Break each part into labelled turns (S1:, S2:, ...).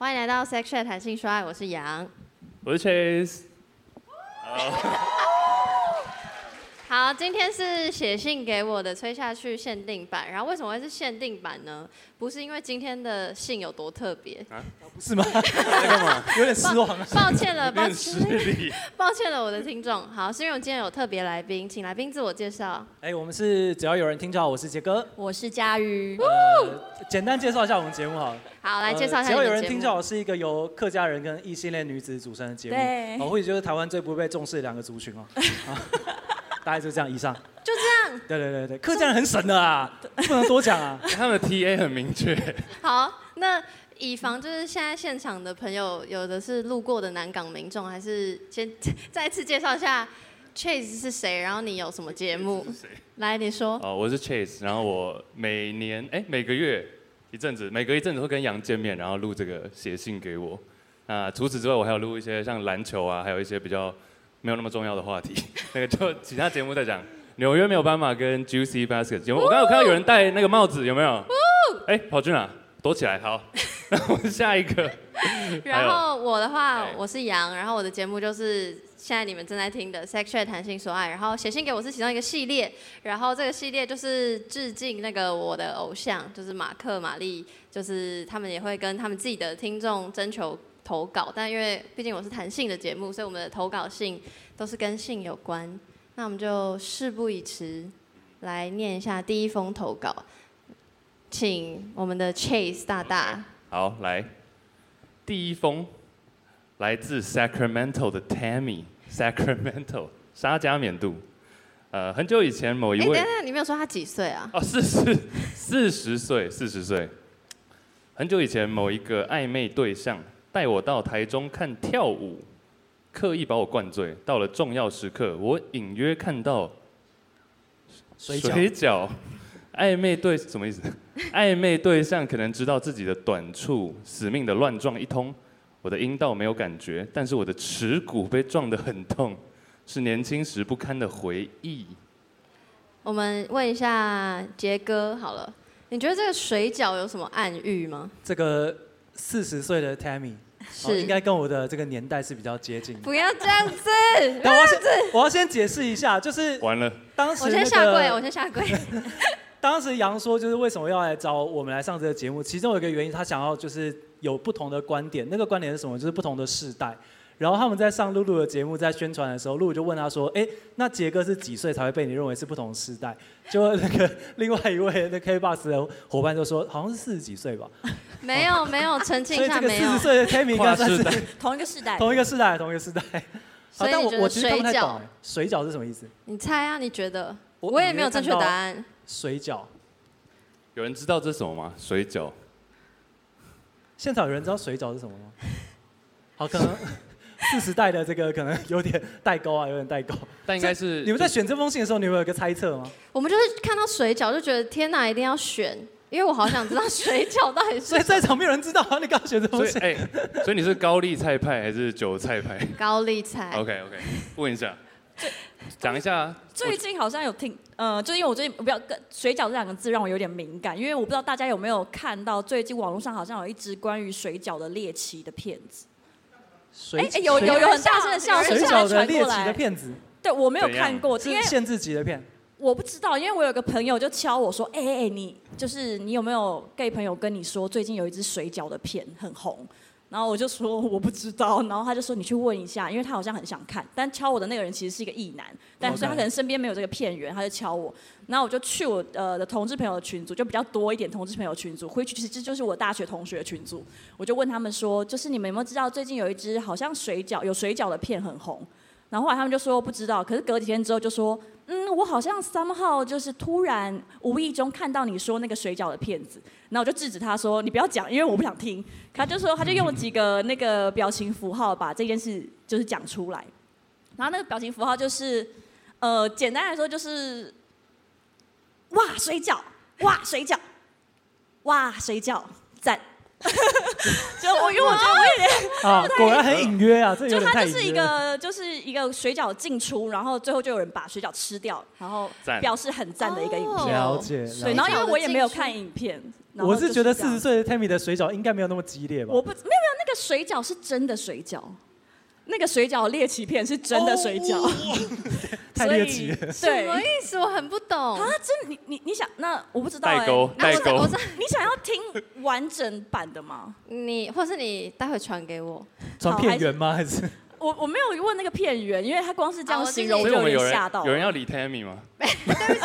S1: 来到 Sex Chat 谈性说爱，我是杨。
S2: 我是 Chase。
S1: 好，今天是写信给我的催下去限定版。然后为什么会是限定版呢？不是因为今天的信有多特别，
S3: 是 吗？在干嘛？有点失望啊。
S1: 抱歉 了，抱
S2: 变实
S1: 歉，
S2: 力，
S1: 抱歉了我的听众。好，是因为我今天有特别来宾，请来宾自我介绍。
S3: 哎、我们是只要有人听就好，我是杰哥。
S4: 我是佳瑜，
S3: 呃，简单介绍一下我们节目好了。
S1: 好，来介绍一下
S3: 呃只
S1: 你
S3: 要有
S1: 的
S3: 人
S1: 节
S3: 听就
S1: 目。
S3: 好是一个由客家人跟异性恋女子组成的节目，
S4: 对
S3: 哦，或许就是台湾最不被重视的两个族群 哦。啊大概就这样，以上。
S1: 就这样。
S3: 对对对对，客家人很神的啊，不能多讲啊。
S2: 他们的 TA 很明确，
S1: 好，那以防就是现在现场的朋友，有的是路过的南港民众，还是先 再次介绍一下 Chase 是谁，然后你有什么节目？来，你说。
S2: 哦，我是 Chase，然后我每年哎、每个月一阵子，每隔一阵子会跟杨见面，然后录这个写信给我。那除此之外，我还有录一些像篮球啊，还有一些比较没有那么重要的话题， 那个就其他节目再讲。纽约没有斑马跟 Juicy Basket 有没有我刚刚有看到有人戴那个帽子，有没有？哎、跑去哪？躲起来，好。 那我们下一个，
S1: 然后我的话
S2: 哎，
S1: 我是杨，然后我的节目就是现在你们正在听的《Sex Chat 谈性说爱》，然后写信给我是其中一个系列，然后这个系列就是致敬那个我的偶像，就是马克、玛丽，就是他们也会跟他们自己的听众征求投稿，但因为毕竟我是谈性的节目，所以我们的投稿信都是跟性有关。那我们就事不宜迟，来念一下第一封投稿，请我们的 Chase 大大。
S2: 好，来，第一封来自 Sacramento 的 Tammy，Sacramento 沙加缅度。呃，很久以前某一
S1: 哎、
S2: 位、
S1: 等等，你没有说他几岁啊？
S2: 哦，四十四十岁，四十岁。很久以前，某一个暧昧对象带我到台中看跳舞，刻意把我灌醉。到了重要时刻，我隐约看到
S3: 水饺
S2: 水饺暧昧对什么意思？ 暧昧对象可能知道自己的短处，死命的乱撞一通。我的阴道没有感觉，但是我的耻骨被撞得很痛，是年轻时不堪的回忆。
S1: 我们问一下杰哥好了，你觉得这个水饺有什么暗喻吗？
S3: 这个四十岁的 Tammy，哦、
S1: 是，
S3: 应该跟我的这个年代是比较接近的。
S1: 不要这样子。
S3: 但我要先，我要先解释一下，就是
S2: 完了，
S3: 当时、
S1: 我
S3: 那个、
S1: 先下跪，我 先下跪。
S3: 当时杨说，就是为什么要来找我们来上这个节目，其中有一个原因，他想要就是有不同的观点。那个观点是什么？就是不同的世代。然后他们在上露露的节目，在宣传的时候，露露就问他说：“哎，那杰哥是几岁才会被你认为是不同世代？”就那个另外一位那 K Box 的伙伴就说：“好像是四十几岁吧。
S1: 没有没有，澄”清
S3: 所
S1: 一
S3: 以
S1: 下
S3: 这个
S1: 没
S3: 四
S1: 有
S3: 十。岁的 Tammy
S2: 跨
S3: 跟三
S2: 世
S3: 十
S2: 代
S4: 同一个世代，
S3: 同一个世代，同一个世代。
S1: 所以
S3: 但
S1: 你
S3: 我
S1: 觉
S3: 我
S1: 得
S3: 其实看
S1: 水
S3: 不太懂
S1: 饺
S3: 哎，水饺是什么意思？
S1: 你猜啊？你觉得？
S3: 我
S1: 我也没有正确答
S3: 隐约看
S1: 案。
S3: 水饺，
S2: 有人知道这是什么吗？水饺。
S3: 现场有人知道水饺是什么吗？ 好，可能 四十代的这个可能有点代沟啊，有点代沟。
S2: 但应该是
S3: 你们在选这封信的时候，你们有一个猜测吗？
S1: 我们就是看到水饺就觉得天哪，一定要选，因为我好想知道水饺到底
S3: 所
S1: 是
S3: 以在场没有人知道啊，你刚刚选这
S2: 所
S3: 封
S2: 以
S3: 信。
S2: 哎、所以你是高丽菜派还是韭菜 派
S1: 高丽
S3: 哎
S1: 菜。
S2: ？OK OK，问一下，讲一下啊。
S4: 最近好像有听，呃，就是因为我最近不要跟“水饺”这两个字让我有点敏感，因为我不知道大家有没有看到，最近网络上好像有一支关于水饺的猎奇的片子，
S3: 水
S4: 哎哎有有有很大声的笑
S3: 水
S4: 声
S3: 饺的
S4: 传过
S3: 猎奇
S4: 来
S3: 的骗子
S4: 对我没有
S2: 怎样
S4: 看过，因为
S3: 是限制级的骗，
S4: 我不知道，因为我有个朋友就敲我说：“哎、哎、哎你就是你有没有 gay 朋友跟你说最近有一支水饺的片很红？”然后我就说我不知道，然后他就说你去问一下，因为他好像很想看。但敲我的那个人其实是一个异男，但
S3: OK
S4: 所以他可能身边没有这个片源，他就敲我。然后我就去我呃的同志朋友的群组，就比较多一点同志朋友群组，回去其实就是我大学同学的群组。我就问他们说，就是你们有没有知道最近有一支好像水饺有水饺的片很红？然后后来他们就说不知道，可是隔几天之后就说，嗯，我好像 somehow 就是突然无意中看到你说那个水饺的片子，然后我就制止他说你不要讲，因为我不想听。他就说他就用了几个那个表情符号把这件事就是讲出来，然后那个表情符号就是，呃，简单来说就是，哇水饺，哇水饺，哇水饺，赞。 就我因为我觉得我也
S3: 啊，果然很隐约啊，这 有
S4: 就
S3: 点
S4: 它
S3: 太
S4: 就
S3: 隐
S4: 是一
S3: 约了。
S4: 个就是一个水饺进出，然后最后就有人把水饺吃掉，然后
S2: 赞
S4: 表示很赞的一个影
S1: 哦
S4: 片。
S3: 了解，了
S4: 对，
S3: 解
S4: 然后因为我也没有看影片，然后
S3: 我
S4: 就是
S3: 觉得
S4: 这样
S3: 四十，岁的 Tammy 的水饺应该没有那么激烈吧
S4: 我？不没有没有那个水饺是真的水饺，那个水饺猎奇片是真的水饺，
S3: 哦太
S4: 所以
S3: 猎奇了。
S1: 什
S4: 对
S1: 么意思？我很不懂
S4: 啊。，真你你你想那我不知道
S2: 代
S4: 哎，
S2: 沟，
S1: 那
S2: 代
S1: 我再
S2: 沟
S1: 我。再
S4: 你想要听完整版的吗？
S1: 你，或是你待会传给我。
S3: 传
S4: 好
S3: 片
S4: 还是
S3: 源吗？ 还是
S4: 我我没有问那个片源，因为他光是这样
S1: 好我自己
S4: 形容
S2: 哦所以
S4: 我
S2: 我
S4: 就
S2: 们有
S4: 点
S2: 人
S4: 吓到了。
S2: 有人要理 Tammy 吗？
S1: Tammy，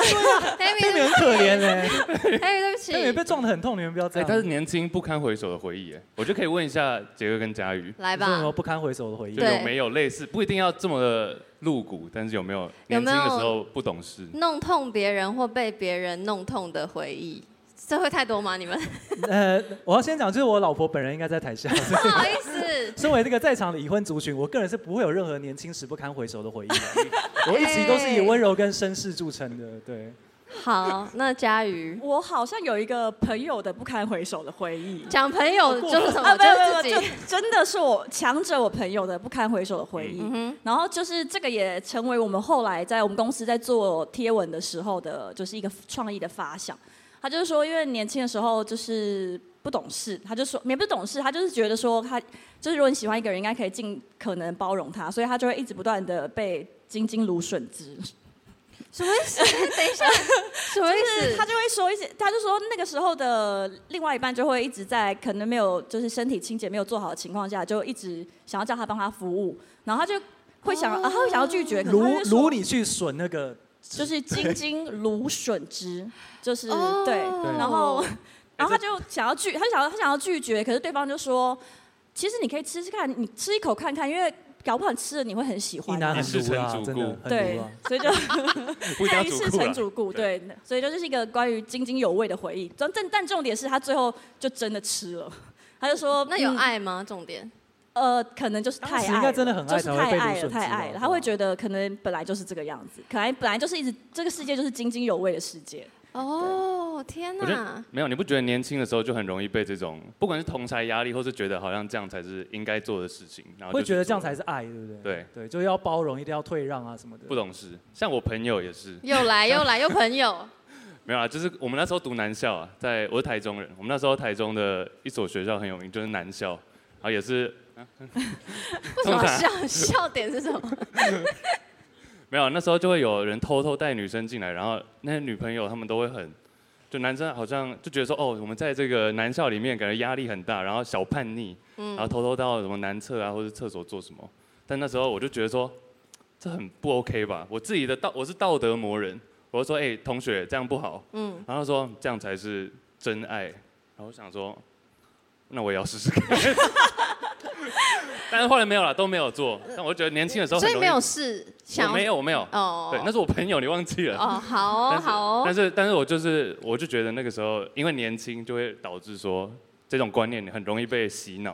S3: Tammy
S1: 对
S3: 很可怜欸嘞
S1: 不起 Tammy，对不
S3: ，Tammy 被
S1: 起。
S3: 撞得很痛，你们不要这
S2: 哎，他是
S3: 样。
S2: 年轻不堪回首的回忆，哎，我就可以问一下杰哥跟佳
S4: 嗯
S2: 宇，
S1: 来
S3: 你说哎有
S1: 吧
S3: 没有，不堪回首的回忆
S2: 就？有没有类似，不一定要这么的露骨，但是有没有年轻的时候不懂事？
S1: 弄痛别人或被别人弄痛的回忆，这会太多吗？你们
S3: 呃，我要先讲，就是我老婆本人应该在台 下。
S1: 不好意思，
S3: 身为这个在场的已婚族群，我个人是不会有任何年轻时不堪回首的回忆 的。我一直都是以温柔跟绅士著称的，对。
S1: 好，那佳瑜
S4: 我好像有一个朋友的不堪回首的回忆。
S1: 讲朋友 就是什么，
S4: 啊没
S1: 就
S4: 有没有，
S1: 是
S4: 没
S1: 自
S4: 有就
S1: 己，
S4: 真的是我强者我朋友的不堪回首的回忆。
S1: 嗯 哼，
S4: 然后就是这个也成为我们后来在我们公司在做贴文的时候的，就是一个创意的发想。他就是说，因为年轻的时候就是不懂事，他就说也不是懂事，他就是觉得说他就是如果你喜欢一个人，应该可以尽可能包容他，所以他就会一直不断的被金金芦笋汁。
S1: 什么意思？等一下，什么意
S4: 就是
S1: 思
S4: 他？就会说一些，他就说那个时候的另外一半就会一直在可能没有就是身体清洁没有做好的情况下，就一直想要叫他帮他服务，然后他就会想，
S1: 哦
S4: 啊、他会想要拒绝，可是他
S3: 如
S4: 就说
S3: 如你去损那个，
S4: 就是晶晶芦笋汁，就是、
S1: 哦
S4: 对，
S1: 对
S4: 嗯然后 然后他就想要拒，他想要他想要拒绝，可是对方就说，其实你可以吃吃看，你吃一口看看，因为搞不好你吃了你会很喜
S3: 一
S4: 欢啊、
S3: 男很毒啊，
S2: 一时成主顾
S3: 真的很
S4: 对
S3: 毒啊。，
S4: 所以就。
S2: 不一定
S4: 在
S2: 要
S4: 于
S2: 主
S4: 是
S3: 啊
S2: 顾
S4: 成
S2: 啦。
S4: 主顾，对，所以就是一个关于津津有味的回忆。但但但重点是他最后就真的吃了，他就说
S1: 那有
S4: 嗯
S1: 爱吗？重点，
S4: 呃，可能就是太
S3: 当
S4: 爱
S3: 时
S4: 了，
S3: 应该真的很爱
S4: 就是
S3: 才会
S4: 太
S3: 被
S4: 爱
S3: 芦
S4: 了，
S3: 笋
S4: 太
S3: 汁
S4: 爱了，
S3: 吧
S4: 他会觉得可能本来就是这个样子，可能本来就是一直这个世界就是津津有味的世界，
S1: 哦，天
S2: 我觉得
S1: 哪，
S2: 没有，你不觉得年轻的时候就很容易被这种，不管是同才压力，或是觉得好像这样才是应该做的事情，然后就
S3: 会
S2: 去
S3: 觉得这样
S2: 做
S3: 才是爱，对不对？
S2: 对
S3: 对，就要包容，一定要退让啊什么的
S2: 不。懂事。像我朋友也是，
S1: 又来又来又朋友，
S2: 没有啊，就是我们那时候读南校啊，在我是台中人，我们那时候台中的一所学校很有名，就是南校，然后也是
S1: 为什么
S2: 通常
S1: 笑笑点是什么？
S2: 没有，那时候就会有人偷偷带女生进来，然后那些女朋友他们都会很，就男生好像就觉得说，哦，我们在这个男校里面感觉压力很大，然后小叛逆，
S1: 嗯
S2: 然后偷偷到什么男厕啊或者厕所做什么。但那时候我就觉得说，嗯这很不 OK 吧？我自己的道我是道德魔人，我就说，哎、同学这样不好。
S1: 嗯，
S2: 然后他说这样才是真爱。然后我想说，那我也要试 试看。但是后来没有了，都没有做。但我就觉得年轻的时候
S1: 所
S2: 很
S1: 以
S2: 容易
S1: 没有事，
S2: 我
S1: 想
S2: 没有，我没有。
S1: 哦，
S2: 对，那是我朋友，你忘记了。
S1: 哦，好哦
S2: 但是
S1: 好哦
S2: 但，是但是我就是我就觉得那个时候因为年轻就会导致说这种观念你很容易被洗脑。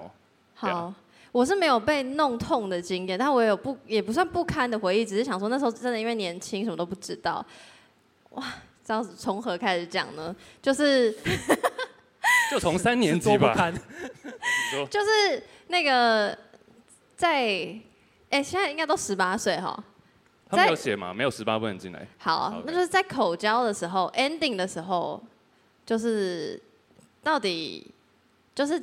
S2: 对啊
S1: 好，我是没有被弄痛的经验，但我有不也不算不堪的回忆，只是想说那时候真的因为年轻，什么都不知道。哇，这要从何开始讲呢？就是
S2: 就从三
S3: 是
S2: 年级
S3: 多不
S2: 吧，
S3: 堪，
S1: 就是那个在哎、现在应该都十八岁哈。
S2: 他们有写嘛，没有十八不能进来。
S1: 好
S2: OK，
S1: 那就是在口交的时候，ending 的时候，就是到底就是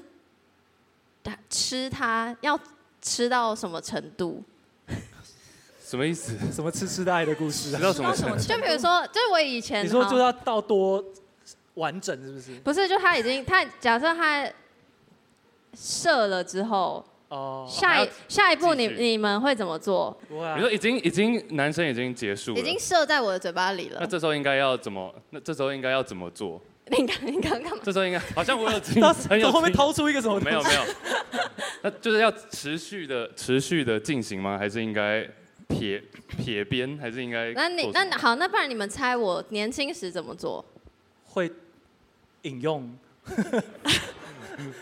S1: 吃它要吃到什么程度？
S2: 什么意思？
S3: 什么痴痴的爱的故事
S2: 知
S3: 啊？
S2: 道什么
S4: 知道
S2: 程
S4: 什
S2: 度
S4: 么？
S1: 就比如说，就是我以前
S4: 啊
S3: 你说
S1: 好
S3: 就要到多完整是不是？
S1: 不是，就他已经他假设他射了之后，
S3: 哦，
S1: 下一下一步你
S2: 继续
S1: 你们会怎么做？
S3: 哇
S2: 你，说已经已经男生已经结束了，
S1: 已经射在我的嘴巴里
S2: 那
S1: 了。
S2: 这时候应该要怎么？那这时候应该要怎么做？
S1: 你刚你刚 干嘛？
S2: 这时候应该好像我有经
S3: 到
S2: 很有
S3: 从后面
S2: 经
S3: 掏出一个什么？
S2: 没有没有，那就是要持续的持续的进行吗？还是应该撇撇边？还是应该做
S1: 那
S2: 什么？
S1: 你那好，那不然你们猜我年轻时怎么做？
S3: 会引用，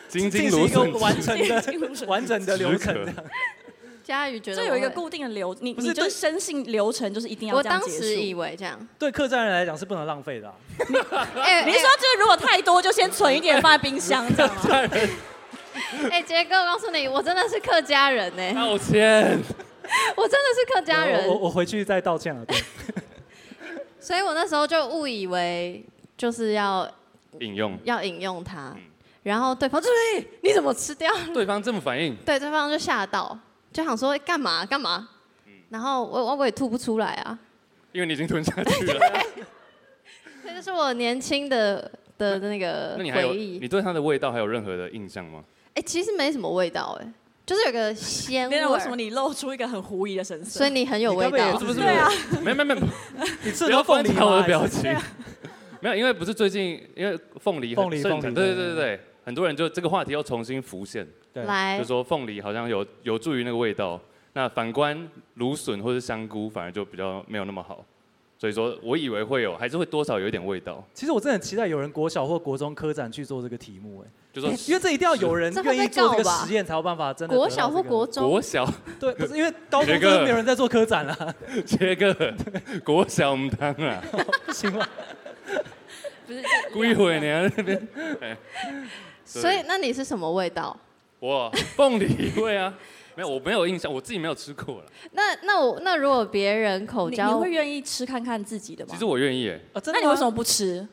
S2: 金
S3: 进
S2: 金
S3: 行
S2: 芦
S3: 一
S2: 笋
S3: 个完整的
S4: 津津芦笋汁
S3: 完整的流程
S2: 止渴
S3: 这样。
S1: 佳宇觉得
S4: 这
S1: 我
S4: 有一个
S1: 会
S4: 固定的流，你
S3: 不是
S4: 你就是
S3: 对
S4: 深信流程就是一定要
S1: 我
S4: 这样
S1: 当
S4: 结束。
S1: 时以
S4: 你
S1: 为这 样，
S3: 对客栈人来讲是不能浪费的啊、
S1: 哎、
S4: 是说就是如果太多就先存一点放在冰箱，这样吗？
S1: 哎、杰哥，我告诉你，我真的是客家人呢、
S2: 道歉。
S1: 我真的是客家人
S3: 我，我我回去再道歉了。对
S1: 所以我那时候就误以为就是要
S2: 引用
S1: 要引用它
S2: 嗯，
S1: 然后对方就哎、你怎么吃掉？
S2: 对方这么反应，
S1: 对，对方就吓到，就想说哎干嘛干嘛，
S2: 嗯
S1: 然后我我我也吐不出来啊，
S2: 因为你已经吞下去了。
S1: 这就是我年轻的的那个
S2: 那你还有
S1: 回忆
S2: 你。对它的味道还有任何的印象吗？
S1: 哎、其实没什么味道哎、就是有个鲜味
S4: 别人为什么
S1: 儿，
S4: 你露出一个很狐疑的神色？
S1: 所以你很有味
S3: 你该不会也
S1: 道
S2: 不。是不是，
S4: 对啊
S2: 我没没没，
S3: 你吃
S2: 不
S3: 很
S2: 要
S3: 多
S2: 观
S3: 凤梨
S2: 察我的表
S3: 吗
S2: 情。没有，因为不是最近，因为凤梨很
S3: 凤梨
S2: 盛
S3: 凤
S2: 产，
S3: 梨
S2: 对对
S3: 对
S2: 对对对，很多人就这个话题又重新浮现，
S3: 对
S1: 来
S2: 就，说凤梨好像有有助于那个味道。那反观芦笋或是香菇，反而就比较没有那么好。所以说我以为会有，还是会多少有一点味道。
S3: 其实我真的很期待有人国小或国中科展去做这个题目，哎，
S2: 就说
S3: 因为这一定要有人
S1: 这会被
S3: 愿意做这个
S1: 告吧
S3: 实验才有办法真的得到
S1: 国
S3: 这
S1: 小或
S3: 个
S1: 国中，
S2: 国小
S3: 对，不是因为高中
S2: 学
S3: 真
S2: 哥
S3: 的没有人在做科展了、啊
S2: 切个国小我们当啊，
S3: 不行吗？
S4: 不是
S2: 故意毁你啊那边。
S1: 所以那你是什么味道？
S2: 我凤梨味 啊，没有，我没有印象，我自己没有吃过了。
S1: 那那我那如果别人口
S4: 你
S1: 交，
S4: 会愿意吃看看自己的吗
S2: 其？实我愿意耶，
S3: 啊，真
S4: 那
S3: 的
S4: 你为什
S3: 么？
S4: 么不吃？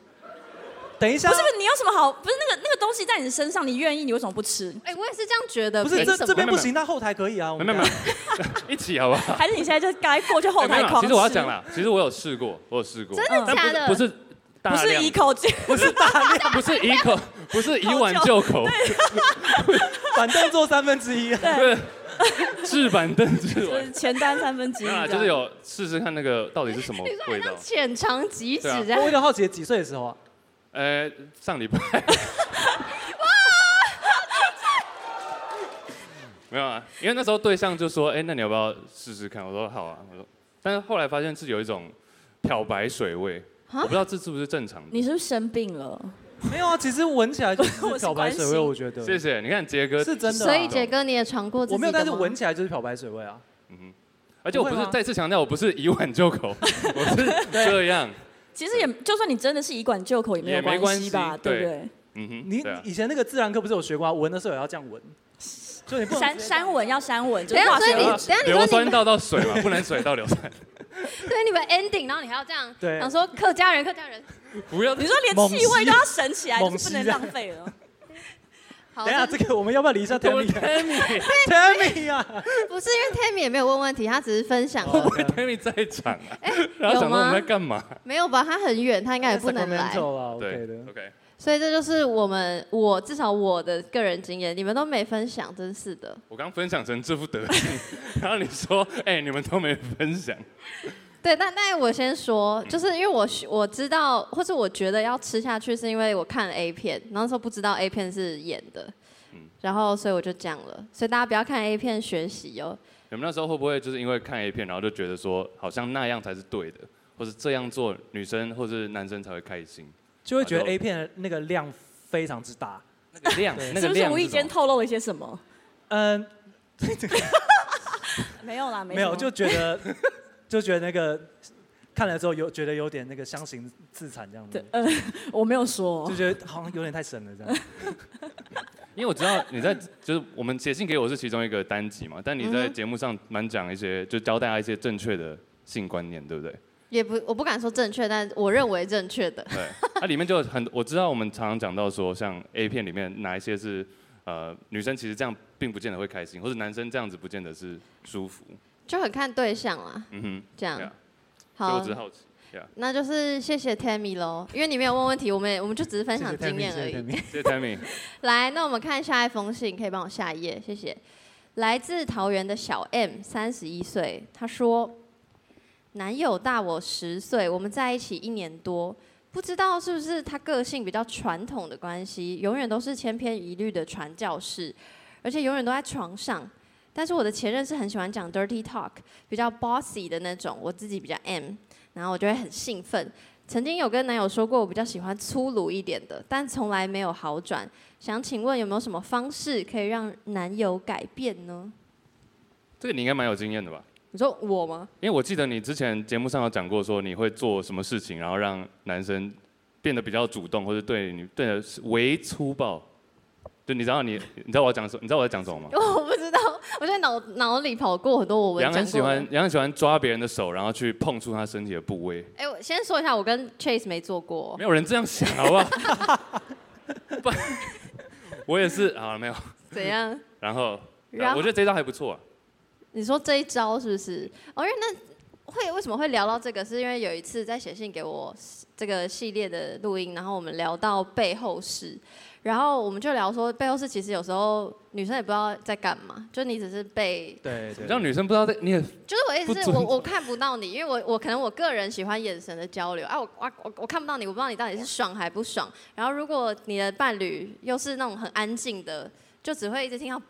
S3: 等一下
S4: 不，是不是，你有什么好？不是那个那个东西在你身上，你愿意，你为什么不吃？
S1: 哎、我也是这样觉得。
S3: 不是
S1: 凭
S3: 这
S1: 什么
S3: 这边
S2: 没有
S3: 不行，那后台可以啊。我
S2: 没
S3: 们
S2: 有没有， 一起好不好？
S4: 还是你现在就该过去 后
S2: 哎没
S4: 台
S2: 有
S4: 狂
S2: 其实我要
S4: 吃
S2: 讲，啦，其实我有试过，我有试过，
S1: 真的
S4: 嗯
S1: 假的？
S2: 不是大
S4: 不是
S2: 量
S4: 一口气，
S3: 不是大 量，
S2: 不是以口，不是以碗就口，
S3: 板凳坐三分之一啊。
S2: 对，置板凳置
S4: 就是
S2: 碗。
S4: 前单三分之一
S2: 没有啦，
S4: 这
S2: 就是
S4: 样。
S2: 有试试看那个到底是什么
S1: 你说
S2: 味
S1: 很
S2: 道
S1: 像。浅尝即止
S2: 对啊
S1: 这样
S3: 我。有点好奇，几岁的时候啊？
S2: 呃，上礼拜。没有啊，因为那时候对象就说：“哎、那你要不要试试看？”我说：“好啊。”我说，但是后来发现是有一种漂白水味，我不知道这是不是正常的。
S4: 你是不是生病了？
S3: 没有啊，其实闻起来就
S4: 我
S3: 是
S4: 是
S3: 漂白水味，
S4: 关心
S3: 我觉得
S2: 谢谢，你看杰哥，
S3: 是真的啊。
S1: 所以杰哥，你也尝过自己
S3: 我
S1: 的吗
S3: 没有，但是闻起来就是漂白水味啊。
S2: 嗯哼，而且我不
S3: 不会
S2: 是
S3: 吗
S2: 再次强调，我不是以碗就口，我是这样，
S4: 其实也，就算你真的是以管就口，也没
S2: 也
S4: 有
S2: 没
S4: 关系
S2: 关
S4: 吧，
S2: 系
S4: 对不对？
S2: 嗯哼，
S3: 你
S2: 对啊
S3: 以前那个自然课不是有学过啊？闻的时候也要这样闻，就你不能
S4: 山山纹要山纹，就
S1: 等一
S4: 是
S1: 下，
S4: 化
S1: 所以
S4: 学
S1: 你
S4: 物
S1: 等
S4: 质。
S1: 一下你
S2: 硫
S1: 说
S2: 酸
S1: 你
S2: 倒到水嘛，不能水倒硫酸，
S1: 对你们 ending，然后你还要这样，
S3: 对
S1: 想说客家人客家人。
S2: 不要。
S4: 你说连气味都要省起来，
S3: 猛
S4: 就是
S3: 吸
S4: 不能
S2: 啊
S4: 浪费了。
S1: 好，
S3: 等一下，
S1: 这
S3: 这个我们要不要 理一下
S2: 我
S3: Tammy？Tammy
S2: Tammy，
S3: 啊，
S1: 不是因为 Tammy 也没有问问题，他只是分享
S2: 会
S1: 了，
S2: 不会 Tammy 在场啊？然后想说
S1: 有
S2: 我
S1: 吗
S2: 们在干嘛？
S1: 没有吧？他很远，他应该也不能来，
S3: Sacramento 啊，OK
S2: 对
S3: 的。
S2: ，OK，
S1: 所以这就是我们我至少我的个人经验，你们都没分享，真是的。
S2: 我刚分享成这副德行，然后你说，哎，你们都没分享，
S1: 对，但但我先说，就是因为我学我知道，或者我觉得要吃下去，是因为我看了 A 片，然后那时候不知道 A 片是演的
S2: 嗯，
S1: 然后所以我就讲了，所以大家不要看 A 片学习哦。
S2: 你们那时候会不会就是因为看 A 片，然后就觉得说，好像那样才是对的，或是这样做女生或是男生才会开心？
S3: 就会觉得 A 片的那个量非常之大。
S2: 那个量， 那
S4: 是
S2: 个
S4: 不是
S2: 量
S4: 无意
S2: 什
S4: 间
S2: 么，
S4: 透露了一些什么？
S3: 嗯，
S4: 没有啦，
S3: 没有，
S4: 什
S3: 就
S4: 么
S3: 觉 得就觉得那个看了之后有觉得有点那个相形自残这样子
S4: 对，，呃，我没有说
S3: 就，觉得好像有点太神了这样。
S2: 因为我知道你在就是我们写信给我是其中一个单集嘛，但你在
S1: 嗯哼
S2: 节目上蛮讲一些，就教大家一些正确的性观念， 对不对？
S1: 也不，我不敢说正确，但我认为正确的。
S2: 对，那、里面就有很，我知道我们常常讲到说，像 A 片里面哪一些是呃女生其实这样并不见得会开心，或者男生这样子不见得是舒服。
S1: 就很看对象啦，
S2: 嗯
S1: 这样。
S2: Yeah 哼，所以我
S1: 好
S2: 只是，好奇，
S1: 那就是谢谢 Tammy 喽，因为你没有问问题，我们也我们就只是 分
S3: 谢
S1: 享
S3: 谢
S1: 经
S3: Tammy，
S1: 验
S3: 谢
S1: 而
S3: 谢
S1: 已。
S3: Tammy
S2: 谢谢 Tammy，
S1: 来，那我们看下一封信，可以帮我下一页，谢谢。来自桃园的小 M，三十一岁，他说，男友大我十岁，我们在一起一年多，不知道是不是他个性比较传统的关系，永远都是千篇一律的传教士，而且永远都在床上。但是我的前任是很喜欢讲 dirty talk，比较 bossy 的那种，我自己比较 M，然后我就会很兴奋。曾经有跟男友说过，我比较喜欢粗鲁一点的，但从来没有好转。想请问有没有什么方式可以让男友改变呢？
S2: 这这个你应该蛮有经验的吧？
S1: 你说我吗？
S2: 因为我记得你之前节目上有讲过，说你会做什么事情，然后让男生变得比较主动，或者对你变得为粗暴。就你知道你，你知道我要讲什，你知道我要讲什么吗？
S1: 我不知道，我在脑脑里跑过很多我没
S2: 杨
S1: 讲过的。
S2: 很喜欢，杨很喜欢抓别人的手，然后去碰触他身体的部位。
S1: 哎、我先说一下，我跟 Chase 没做过
S2: 没。有人这样想，好不好？ 不，我也是啊，没有。
S1: 怎样？
S2: 然后，
S1: 然后
S2: 我觉得这招还不错、啊。
S1: 你说这一招是不是？哦，因为那会为什么会聊到这个？是因为有一次在写信给我这个系列的录音，然后我们聊到背后事，然后我们就聊说背后事其实有时候女生也不知道在干嘛，就你只是被，
S3: 对对，
S2: 让女生不知道在，你也
S1: 就是我意思是
S2: 不
S1: 我
S2: 尊重
S1: 我看不到你，因为我我可能我个人喜欢眼神的交流啊，我我我我看不到你，我不知道你到底是爽还不爽。然后如果你的伴侣又是那种很安静的，就只会一直听到
S2: 哦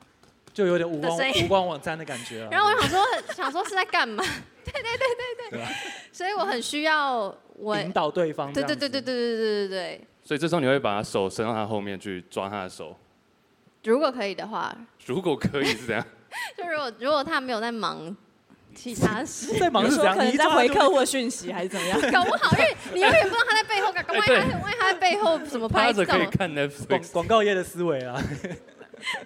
S3: 就有点无
S1: 的
S3: 光
S1: 声音
S3: 无光网站的感觉啊。
S1: 然后我想说，想说是在干 嘛？对对对对对，所以我很需要我，
S3: 引导对方这
S1: 对
S3: 样
S1: 对
S3: 子，
S1: 对对对对对对对，
S2: 所以这时候你会把手伸到他后面去抓他的手，
S1: 如果可以的话，
S2: 如果可以是怎样？
S1: 就如果如果他没有在忙其他事，
S3: 在忙
S4: 比
S3: 是
S4: 如
S3: 怎样？
S4: 说可
S3: 你一
S4: 能在
S3: 抓
S4: 回
S3: 就
S4: 客户的讯息还是怎么样？
S1: 搞不好，因为你永远不知道他在背后干，万一
S2: 哎对
S1: 他万一他在背后什么
S2: 趴
S1: 拍照
S2: 着，可以看
S3: 广
S2: Netflix。
S3: 广告业的思维啊。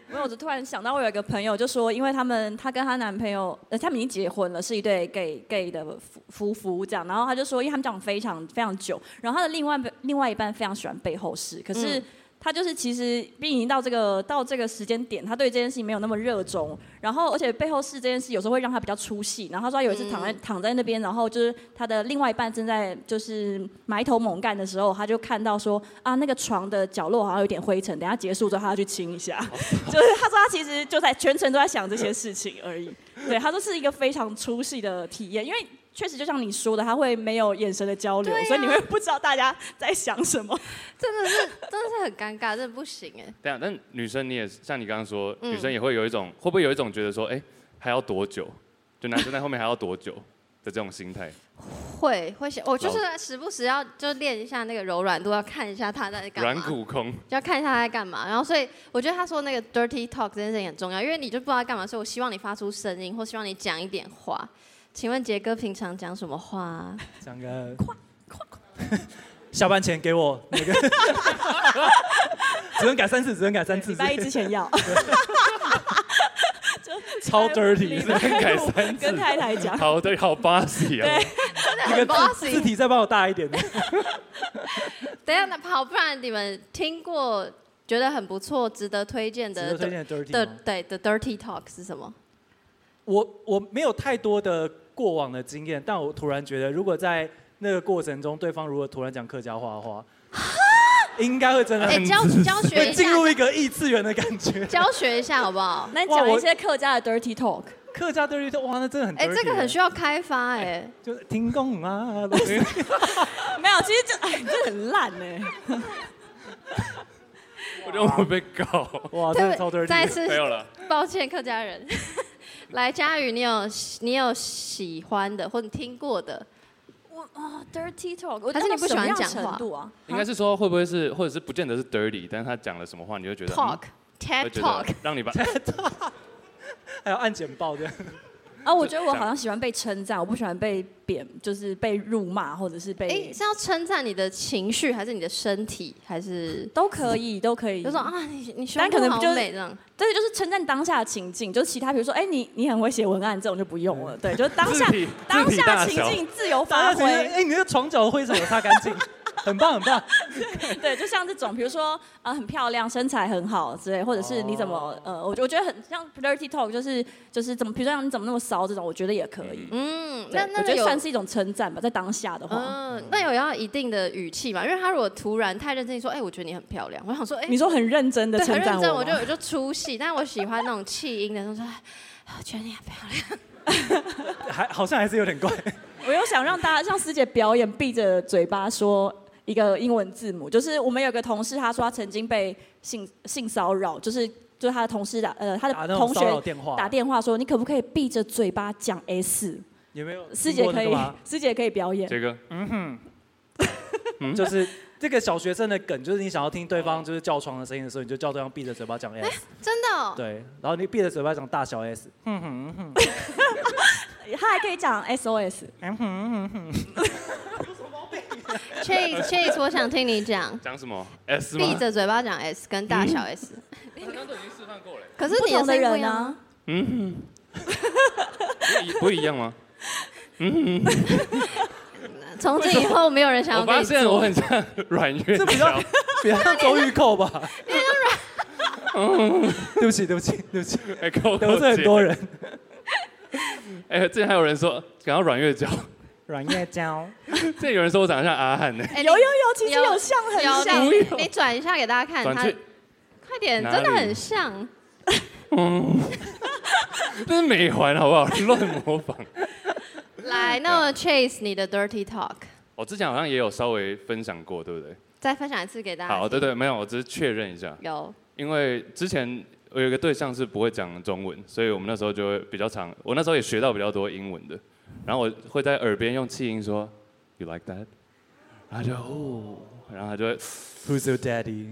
S4: 没有，我就突然想到，我有一个朋友就说，因为他们她跟她男朋友，呃，他们已经结婚了，是一对 gay gay 的夫夫妇这样。然后她就说，因为他们讲非常非常久，然后她的另外另外一半非常喜欢背后事，可是。
S1: 嗯
S4: 她就是其实并已经到这个到这个时间点，她对这件事情没有那么热衷。然后，而且背后事这件事有时候会让她比较出戏。然后她说她有一次躺在、
S1: 嗯
S4: 躺在那边，然后就是她的另外一半正在就是埋头猛干的时候，她就看到说啊那个床的角落好像有点灰尘，等一下结束之后她要去清一下。
S1: 哦
S4: 就是他说他其实就在全程都在想这些事情而已。对，他说是一个非常出戏的体验，因为确实就像你说的，他会没有眼神的交流，
S1: 对啊
S4: 所以你会不知道大家在想什么。
S1: 真的是真的是很尴尬，真的不行哎。
S2: 对啊，但女生你也像你刚刚说，
S1: 嗯
S2: 女生也会有一种会不会有一种觉得说，哎、还要多久？就男生在后面还要多久的这种心态？
S1: 会会想，我就是时不时要就练一下那个柔软度，要看一下他在干嘛。
S2: 软骨 空，
S1: 要看一下他在干嘛。然后，所以我觉得他说那个 dirty talk 这件事情很重要，因为你就不知道干嘛，所以我希望你发出声音，或希望你讲一点话。请问杰哥平常讲什么话啊？
S3: 讲个快快 下班前给我那个， 只能改三次，只能改三次
S4: 礼，拜一之前要，
S3: 超
S4: 礼
S3: dirty，
S4: 拜
S2: 能改
S4: 五
S2: 三次
S4: 跟太太讲。
S2: 好对，好巴西啊！
S1: 真的
S3: 那
S1: 很
S3: 个字
S1: bossy
S3: 字。体再帮我大一点的。
S1: 等一下，那好，不然你们听过觉得很不错、值得推荐
S3: 值得
S1: 的
S3: 推荐的 dirty
S1: 的
S3: 吗
S1: 对的 dirty talk 是什么？
S3: 我我没有太多的过往的经验，但我突然觉得，如果在那个过程中，对方如果突然讲客家话的话，应该会真的
S1: 哎、
S3: 很
S1: 教教学
S3: 会
S1: 一
S3: 进入一
S1: 下，
S3: 个异次元的感觉。
S1: 教学一下好不好？
S4: 那你
S3: 哇
S4: 讲
S3: 我
S4: 一些客家的 dirty talk，
S3: 客家 dirty talk，哇，那真的很
S1: 哎、
S3: dirty
S1: 这个很需
S3: 要，
S1: 要开发哎、
S3: 就是听共啊，
S4: 没有，其实这哎这很烂哎，
S2: 我觉得我会被 告。
S3: 哇，真的超
S1: 对，
S3: dirty。
S1: 再次
S2: 没有了，
S1: 抱歉，客家人。来，佳宇，你有你有喜欢的或者听过的？
S4: 我哦 dirty talk，我
S1: 还是你不喜欢
S4: 到什么样
S1: 讲话
S4: 程度啊？
S2: 应该是说会不会是，或者是不见得是 dirty，但是他讲了什么话，你就觉得
S1: Talk、
S2: 嗯
S1: TED
S2: 会觉
S1: Talk
S2: 得。让 你把
S3: 还有按简报这样，
S4: 啊，我觉得我好像喜欢被称赞，我不喜欢被贬，就是被辱骂或者是被、
S1: 哎，是要称赞你的情绪，还是你的身体，还是
S4: 都可以，都可以。
S1: 就说啊，你你胸
S4: 嗯但可
S1: 部
S4: 能
S1: 好
S4: 就是
S1: 美这样？
S4: 但是就是称赞当下的情境，就是其他比如说，哎、你你很会写文案这种就不用了，对，就是当
S2: 字
S4: 下
S2: 体字
S4: 当
S2: 体
S4: 下
S2: 大
S4: 情
S2: 小，
S4: 境自由
S3: 大家
S4: 发
S3: 觉得
S4: 挥，
S3: 哎，你的床角的灰尘有擦干净，很棒很棒。
S4: 对，就像这种，比如说啊、很漂亮，身材很好之类，或者是你怎么、
S3: 哦
S4: 呃，我觉我觉得很像 flirty talk，就是就是怎么，比如说像你怎么那么骚这种，我觉得也可以。
S1: 嗯，
S4: 对
S1: 那那
S4: 我觉
S1: 个
S4: 得
S1: 有
S4: 算是一种称赞吧，在当下的话，
S1: 嗯，那有要一定的语气嘛？因为他如果突然太认真地说，哎，我觉得你很漂亮，我想说，哎，
S4: 你说很认真的
S1: 对，
S4: 称
S1: 很
S4: 赞
S1: 认
S4: 我
S1: 真，
S4: 吗
S1: 我就我就出戏。但我喜欢那种气音的，就说，哎我觉得你很漂亮。
S3: 还好像还是有点怪，
S4: 我又想让大家像师姐表演，闭着嘴巴说一个英文字母。就是我们有个同事，他说他曾经被性性骚扰，就是就是他的同事打呃他
S3: 啊打那
S4: 的
S3: 种
S4: 同
S3: 骚扰
S4: 学
S3: 电话，
S4: 打电话说，你可不可以闭着嘴巴讲 S？
S3: 有没有？
S4: 师姐可以
S3: 吗？，
S4: 师姐可以表演。
S2: 杰哥
S3: 就是这个小学生的梗， 就是你想要听对
S2: 哦
S3: 方就是叫床的声音的时候，你就叫对方闭着嘴巴讲 S，
S1: 真的、哦，
S3: 对，然后你闭着嘴巴讲大小 S，
S4: 他还可以讲 SOS，
S1: Chase Chase，我哦想听你讲，
S2: 讲什么 S 吗？嗯
S1: 闭着嘴巴讲 S 跟大小 S，、
S2: 刚刚都已经示范过了，
S1: 可是
S4: 不
S1: 你的
S4: 同
S1: 声音
S4: 的
S1: 不一
S4: 人
S1: 样
S4: 啊，
S2: 不一不一样 吗？
S1: 从今以后没有人想
S2: 我
S1: 要跟
S2: 发
S1: 你
S2: 现我
S1: 做。
S2: 很像阮月
S3: 这比较
S2: 娇，
S3: 比较像周玉蔻吧？对不起，对不起，对不起，
S2: 哎，扣
S3: 得罪很多人。
S2: 哎，之前还有人说讲到阮月娇，
S3: 软月娇，
S2: 之前有人说我长得像阿汉呢，
S1: 哎
S4: 有有有，其实
S1: 有
S4: 有像很
S1: 有
S4: 像，
S1: 你你转一下给大家看，
S2: 转
S1: 他
S2: 去
S1: 快点，
S2: 哪
S1: 真的
S2: 里
S1: 很像。
S2: 这是美环好不 好？乱模仿。
S1: 来，
S2: 嗯
S1: 那么 Chase 你的 Dirty Talk，
S2: 我哦之前好像也有稍微分享过，对不对？
S1: 再分享一次给大家。
S2: 好，对，对，没有，我只是确认一下，
S1: 有
S2: 因为之前我有一个对象是不会讲中文，所以我们那时候就会比较常，我那时候也学到比较多英文的，然后我会在耳边用气音说 “You like that”，然后他就哦，然后他就会
S3: Who's your daddy？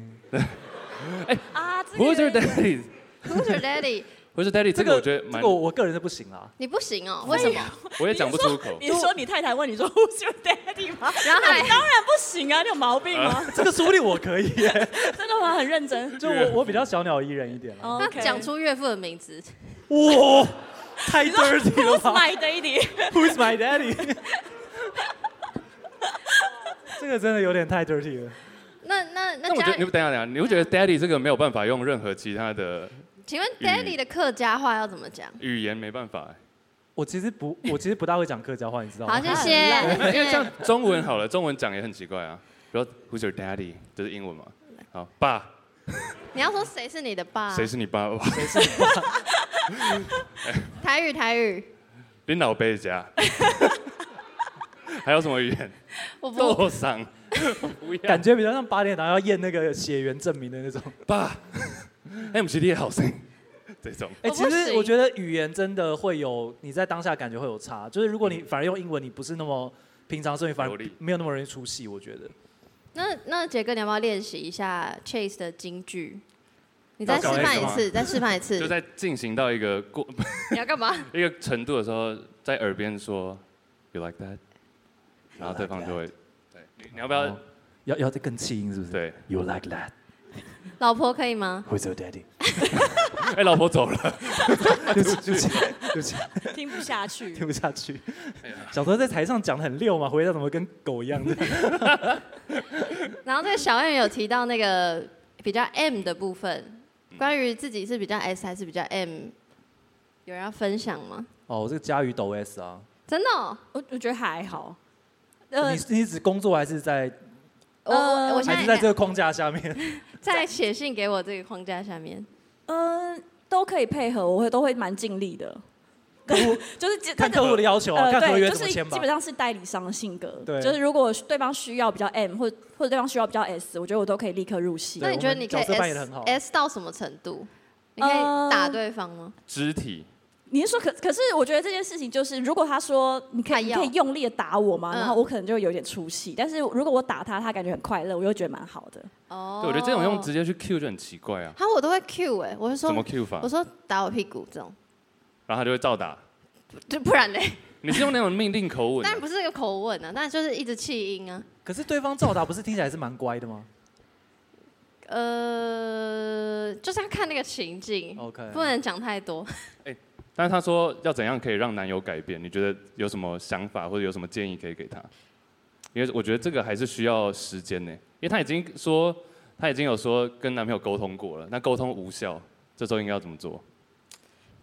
S4: 啊，这个
S2: “Who's your
S4: 有点
S2: daddy”。
S1: Who's your daddy？
S2: 我说 daddy，这个我觉得
S3: 这
S2: 蛮
S3: 个，我我个人是不行啦。
S1: 你不行哦，为什么？
S2: 我也讲不出口。
S4: 你说你太太问你说 Who's your daddy 吗？
S1: 然后还
S4: 我当然不行啊，你有毛 病吗？
S3: 这个说不定我可以 耶，
S4: 真的吗？很认真。
S3: 就我我比较小鸟依人一点啦。
S1: 他
S4: OK，
S1: 讲出岳父的名字，
S3: 哇，太 dirty 了
S4: Who's
S3: 吧
S4: my daddy？
S3: ？Who's my daddy？这个真的有点太 dirty 了。
S1: 那那
S2: 那嗯
S1: 那
S2: 我觉
S1: 家
S2: 得你
S1: 里，
S2: 等一下等一下，你会觉得 daddy 这个没有办法用任何其他的
S1: 请
S2: 嗯
S1: 问 Daddy 的客家话要怎么讲？
S2: 语言，没办 法。
S3: 我其实 不，我其实不大会讲客家话，你知道
S1: 好，
S3: 吗？
S1: 谢谢。哎
S4: 很烂
S2: 因为
S1: 谢谢
S2: 哎像中文好了，中文讲也很奇怪啊。比如说 Who's your daddy？这是英文嘛？好，爸，
S1: 你要说谁是你的爸？
S2: 谁是你爸爸？
S1: 台语台语，
S2: 你老辈家。 还有什么语言？
S1: 我不
S2: 豆上，不要
S3: 感觉比较像八点档要验那个血缘证明的那种。
S2: 爸。哎，我们其实也好声音，这种
S3: 哎、
S1: 我
S3: 其
S1: 不
S3: 实
S1: 行
S3: 我觉得语言真的会有，你在当下感觉会有差。就是如果你反而用英文，你不是那么平常，所以反
S2: 流
S3: 而
S2: 利
S3: 没有那么容易出戏。我觉得
S1: 那那杰哥，你要不要练习一下 Chase 的京剧？你再
S2: 要
S1: 示
S2: 搞
S1: 范
S2: S
S1: 一
S2: 吗
S1: 次，再示范一次
S2: 就。在进行到一个过
S1: 你要干嘛？
S2: 一个程度的时候，在耳边说 “You like that”，然后对方就会，对，哦你你要不要？
S3: 要要再更气音，是不是？
S2: 对，
S3: ，You like that?
S1: 老婆可以吗？
S3: Who's your daddy？
S2: 哎，老婆走了，
S3: 对不起，对不起，对不起，
S4: 听不下去。
S3: 听不下去。小时候在台上讲的很溜嘛，回家怎么跟狗一样的？
S1: 然后这个小 M 有提到那个比较 M 的部分，
S2: 嗯
S1: 关于自己是比较 S 还是比较 M，有人要分享吗？
S3: 哦，我这个家瑜抖 S 啊。
S1: 真的、哦，
S4: 我我觉得还好。呃
S3: 你你只工作还是在
S1: 我我我
S4: 呃
S1: 现
S3: 还是
S1: 在
S3: 在这个框架下面？
S1: 在写信给我这个框架下面，
S4: 嗯，都可以配合，我会都会蛮尽力的。 就是 基
S3: 看客户的要求啊，
S4: 呃，
S3: 看合
S4: 对，
S3: 约
S4: 就
S3: 怎么
S4: 是
S3: 签吧
S4: 基。本上是代理商的性格。
S3: 对
S4: 就是如果对方需要比较 M，或或者对方需要比较 S，我觉得我都可以立刻入戏
S1: 那。
S3: 对
S1: 你觉得你可以
S3: 我们角色扮演得
S1: S
S3: 很好
S1: S 到什么程度？你可以打对方吗？
S2: 肢体
S4: 你是说可可是我觉得这件事情就是，如果他说你可
S1: 他
S4: 以你
S1: 要
S4: 可以用力的打我吗？
S1: 嗯
S4: 然后我可能就有点出戏。但是如果我打他，他感觉很快乐，我又觉得蛮好的。
S1: 哦
S2: 对，我觉得这种用直接去 Q 就很奇怪啊，
S1: 他我都会 Q 哎、我是
S2: 怎么
S1: 说，
S2: Q 啊法
S1: 我？说打我屁股这种，
S2: 然后他就会照打。
S1: 就不然嘞，
S2: 你是用那种命令口吻
S1: 当， 然不是这个口吻啊，但就是一直气音啊，
S3: 可是对方照打不是听起来是蛮乖的 吗
S1: 呃，就是要看那个情境，
S3: ？OK，
S1: 不能讲太多。
S2: 但是他说要怎样可以让男友改变？你觉得有什么想法或者有什么建议可以给他？因为我觉得这个还是需要时间呢，因为他已经说他已经有说跟男朋友沟通过了，那沟通无效，这时候应该要怎么做？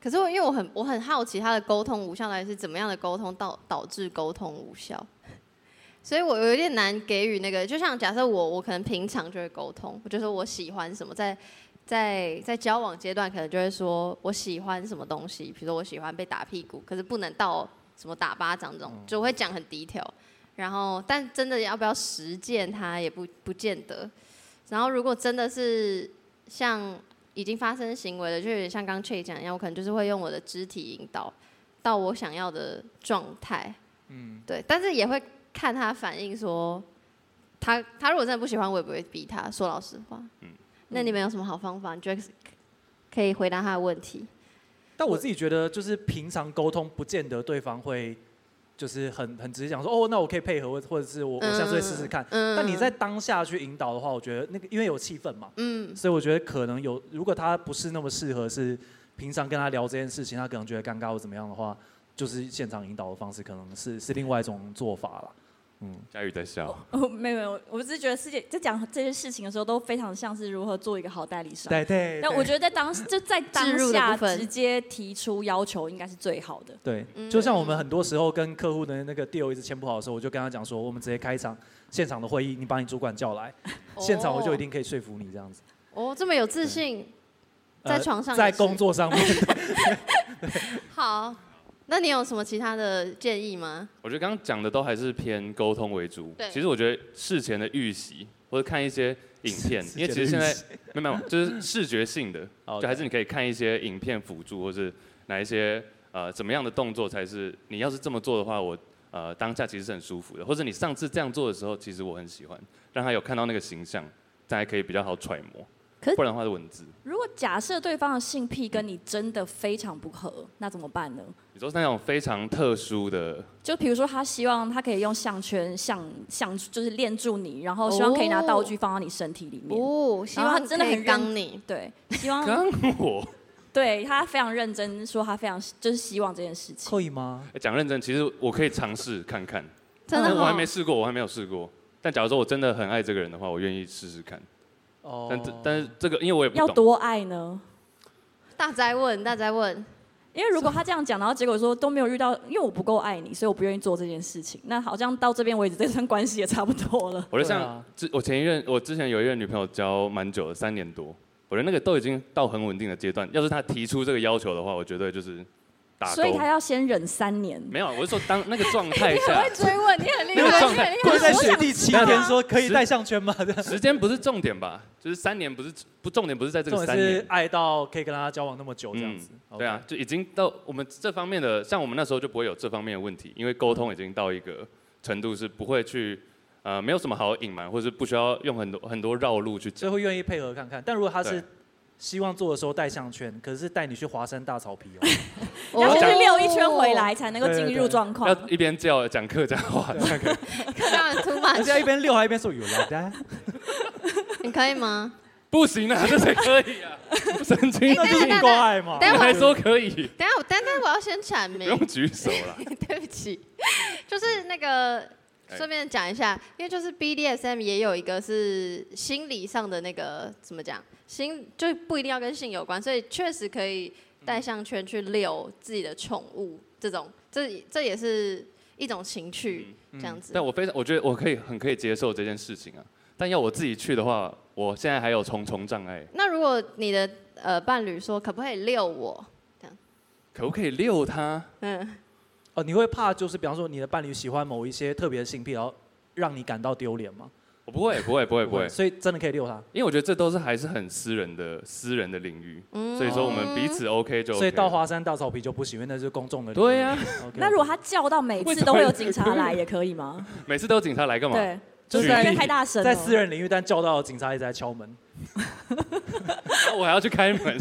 S1: 可是我因为我很我很好奇他的沟通无效到底是怎么样的沟通导导致沟通无效， 所以我有点难给予那个，就像假设我我可能平常就会沟通，我就说我喜欢什么，在在在交往阶段可能就会说我喜欢什么东西，比如说我喜欢被打屁股，可是不能到什么打巴掌这种，就会讲很低调。然后，但真的要不要实践它也不不见得。然后，如果真的是像已经发生行为了，就有点像刚 Che 讲一样，我可能就是会用我的肢体引导到我想要的状态。嗯，对，但是也会看他反应说他他如果真的不喜欢，我也不会逼他。说老实话，
S2: 嗯
S1: 那你们有什么好方法？你觉得可以回答他的问题？
S3: 但我自己觉得，就是平常沟通，不见得对方会就是很很直接讲说，哦，那我可以配合，或或者是我我下次会试试看。
S1: 嗯
S3: 但你在当下去引导的话，我觉得那个因为有气氛嘛，
S1: 嗯
S3: 所以我觉得可能有，如果他不是那么适合，是平常跟他聊这件事情，他可能觉得尴尬或怎么样的话，就是现场引导的方式可能是是另外一种做法啦。嗯，
S2: 佳宇在笑，
S4: 哦，没有没有，我只是觉得世界在讲这些事情的时候，都非常像是如何做一个好代理
S1: 啊
S4: 商。
S3: 对对。
S4: 但我觉得在当 就在当
S1: 置入的
S4: 下
S1: 部分
S4: 直接提出要求，应该是最好的。
S3: 对
S1: 嗯，
S3: 就像我们很多时候跟客户的那个 deal 一直签不好的时候，我就跟他讲说，我们直接开一场现场的会议，你把你主管叫来，现场我就一定可以说服你这样子。
S1: 哦，这么有自信，在床上也
S3: 在
S1: 是
S3: 工作上面，
S1: 好。那你有什么其他的建议吗？
S2: 我觉得刚刚讲的都还是偏沟通为主。
S1: 对
S2: 其实我觉得事前的预习或者看一些影 片，
S3: 事
S2: 因为其实
S3: 事
S2: 现
S3: 前的
S2: 在
S3: 预习
S2: 没有没有，就是视觉性的，
S3: 哦
S2: 就还是你可以看一些影片辅助，或是哪一些呃怎么样的动作才是你要是这么做的话，我呃当下其实是很舒服的，或者你上次这样做的时候，其实我很喜欢，让他有看到那个形象，大家可以比较好揣摩。
S4: 可是
S2: 不然的话是文字，
S4: 如果假设对方的性癖跟你真的非常不合，那怎么办呢？
S2: 你说是那种非常特殊的，
S4: 就比如说，他希望他可以用项圈项项就是链住你，然后希望可以拿道具放到你身体里面。
S1: 哦，希
S4: 然后
S1: 望
S4: 他真的
S1: 可以
S4: 很认
S1: 刚你，
S4: 对，希望
S2: 刚我
S4: 对他非常认真说，他非常就是希望这件事情。
S3: 可 以吗？
S2: 欸讲认真，其实我可以尝试看看，
S1: 真
S2: 但
S1: 的
S2: 我还
S1: 好
S2: 没。试过，我还没有试过。但假如说我真的很爱这个人的话，我愿意试试看。
S3: 哦
S2: 但这、但是这个，因为我也
S4: 要
S2: 不懂，
S4: 多爱呢？
S1: 大灾问，大灾问，
S4: 因为如果他这样讲，然后结果说都没有遇到，因为我不够爱你，所以我不愿意做这件事情。那好像到这边为止，这段关系也差不多了。
S2: 我就
S3: 对
S2: 像
S3: 啊
S2: 之、我前一任，我之前有一任女朋友交蛮久的，三年多，我觉得那个都已经到很稳定的阶段。要是她提出这个要求的话，我绝对就是打勾。
S4: 所以他要先忍三年。
S2: 没有，我是说当那个状态下，
S1: 追问，你很厉
S2: 那个状态，
S3: 跪在雪地七
S2: 我
S3: 天
S2: 想
S3: 说
S1: 啊
S3: 可以戴项圈吗？这样
S2: 时间不是重点吧？就是三年不是不重点，不是在这
S3: 重
S2: 个
S3: 点
S2: 三年
S3: 是。爱到可以跟他交往那么久这样子。OK
S2: 对啊，，就已经到我们这方面的，像我们那时候就不会有这方面的问题，因为沟通已经到一个程度是不会去，呃，没有什么好隐瞒，或是不需要用很多 很多绕路去
S3: 所
S2: 讲。
S3: 以会愿意配合看看。但如果他
S2: 对
S3: 是希望做的时候戴项圈，可是带你去华山大 草皮哦，
S4: 要
S2: 我
S4: 先
S2: 讲
S4: 去溜一圈回来，才能够
S3: 对对
S4: 进入
S3: 对
S4: 状况。
S2: 要一边叫讲客家话，这样可以
S1: 刚刚 too
S3: 而且
S1: much，
S3: 一边溜还一边说有来 的。
S1: 你可以吗？
S2: 不行啊，这谁可以啊？神经
S3: 那就
S2: 病！
S3: 是够爱嘛。
S2: 你
S1: 等一下
S2: 还说可以，
S1: 等一下，我但但我要先 阐
S2: 不
S1: 明，
S2: 用举手啦。
S1: 对不起，就是那个
S2: 哎
S1: 顺便讲一下，因为就是 BDSM 也有一个是心理上的那个怎么讲，心就不一定要跟性有关，所以确实可以带项圈去遛自己的宠物，这种这这也是一种情趣，这样子。
S2: 但我非常，我觉得我可以很可以接受这件事情啊。但要我自己去的话，我现在还有重重障碍，
S1: 那如果你的呃伴侣说可不可以遛我，
S2: 可不可以遛它？
S1: 嗯，
S3: 哦，你会怕就是比方说你的伴侣喜欢某一些特别的性癖，然后让你感到丢脸吗？
S2: 我不会，不会，不会，不会。
S3: 所以真的可以溜他。
S2: 因为我觉得这都是还是很私人的私人的领域，
S1: 嗯
S2: 所以说我们彼此
S1: 哦
S2: OK 就 OK。
S3: 所以到华山大草皮就不行，因为那是公众的领域。
S2: 对
S1: 啊
S2: 呀、
S3: OK
S4: 那如果他叫到每次都会有警察来，也可以吗？
S2: 每次都有警察来干嘛？
S4: 对，
S2: 就
S4: 就是是
S2: 在
S4: 因为太大声了。
S3: 在私人领域，但叫到警察一直在敲门，
S2: 然啊后我还要去开 门，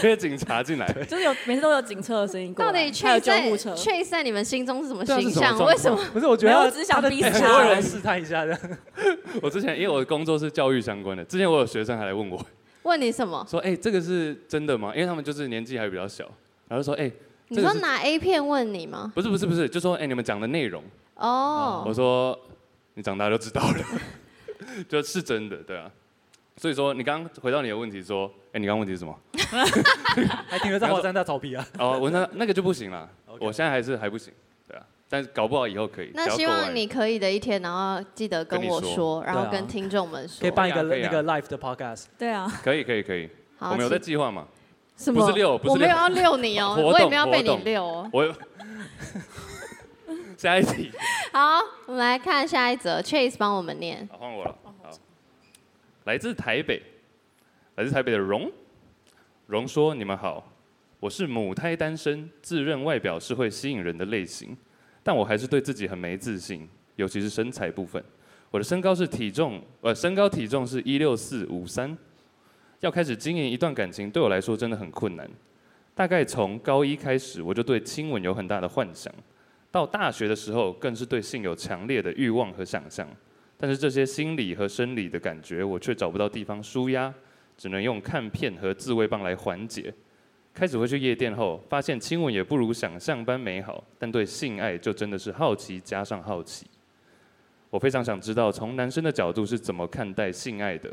S2: 接警察进来。
S4: 就是有每次都有警车的声音过来，
S1: 到底
S4: 还有
S1: 确
S4: 救
S1: 在
S4: 护车。
S1: 确在你们心中是什么
S2: 对啊
S1: 形
S2: 是什么
S1: 象？
S2: 状
S1: 为什么
S2: 况？
S3: 不是？我觉得
S4: 没有
S3: 他
S4: 我只是想
S3: 他的
S4: 逼死
S3: 很
S4: 他
S3: 多人试探一下这样。
S2: 我之前因为我的工作是教育相关的，之前我有学生还来问 我
S1: 问你什么？
S2: 说：“哎、这个是真的吗？”因为他们就是年纪还比较小，然后就说：“哎、
S1: 你
S2: 这个
S1: 说
S2: 是
S1: 拿 A 片问你吗？
S2: 不是不是 不是，就说哎、你们讲的内容。
S1: 哦、
S2: 啊我说：“你长大就知道了， 就是真的，对啊。”所以说你刚刚回到你的问题说：“哎、你刚刚问题是什么？”
S3: 还停留在华山大草皮啊？
S2: 哦，我那那个就不行了
S3: OK
S2: 我现在还是还不行，对啊，但是搞不好以后可以。
S1: 那
S2: 只要
S1: 希
S2: 够
S1: 望
S2: 爱
S1: 你可以的一天，然后记得跟
S2: 跟你
S1: 我
S2: 说
S1: 说，然后
S3: 对啊
S1: 跟听众们
S3: 可以
S1: 说。
S3: 办一个
S2: 哎可以
S3: 那
S2: 啊
S3: 个 live 的 podcast。
S4: 对啊，
S2: 可以可以可以，我
S1: 好，
S2: 们有
S1: 请
S2: 在计划嘛？
S1: 什
S2: 不
S1: 么？
S2: 是遛不是
S1: 我没有
S2: 遛
S1: 要遛你哦、
S2: 活
S1: 我也
S2: 动
S1: 没有被你
S2: 活动
S1: 遛哦、
S2: 我下一题，
S1: 好，我们来看下一则，Chase 帮我们念。
S2: 好啊换我了。哦好，来自台北，来自台北的荣，荣说：“你们好，我是母胎单身，自认外表是会吸引人的类型，但我还是对自己很没自信，尤其是身材部分。我的身高是体重，呃，身高体重是一六四五三。要开始经营一段感情，对我来说真的很困难。大概从高一开始，我就对亲吻有很大的幻想，到大学的时候，更是对性有强烈的欲望和想象。但是这些心理和生理的感觉，我却找不到地方舒压，只能用看片和自慰棒来缓解。开始会去夜店后，发现亲吻也不如想象般美好，但对性爱就真的是好奇加上好奇。我非常想知道，从男生的角度是怎么看待性爱的？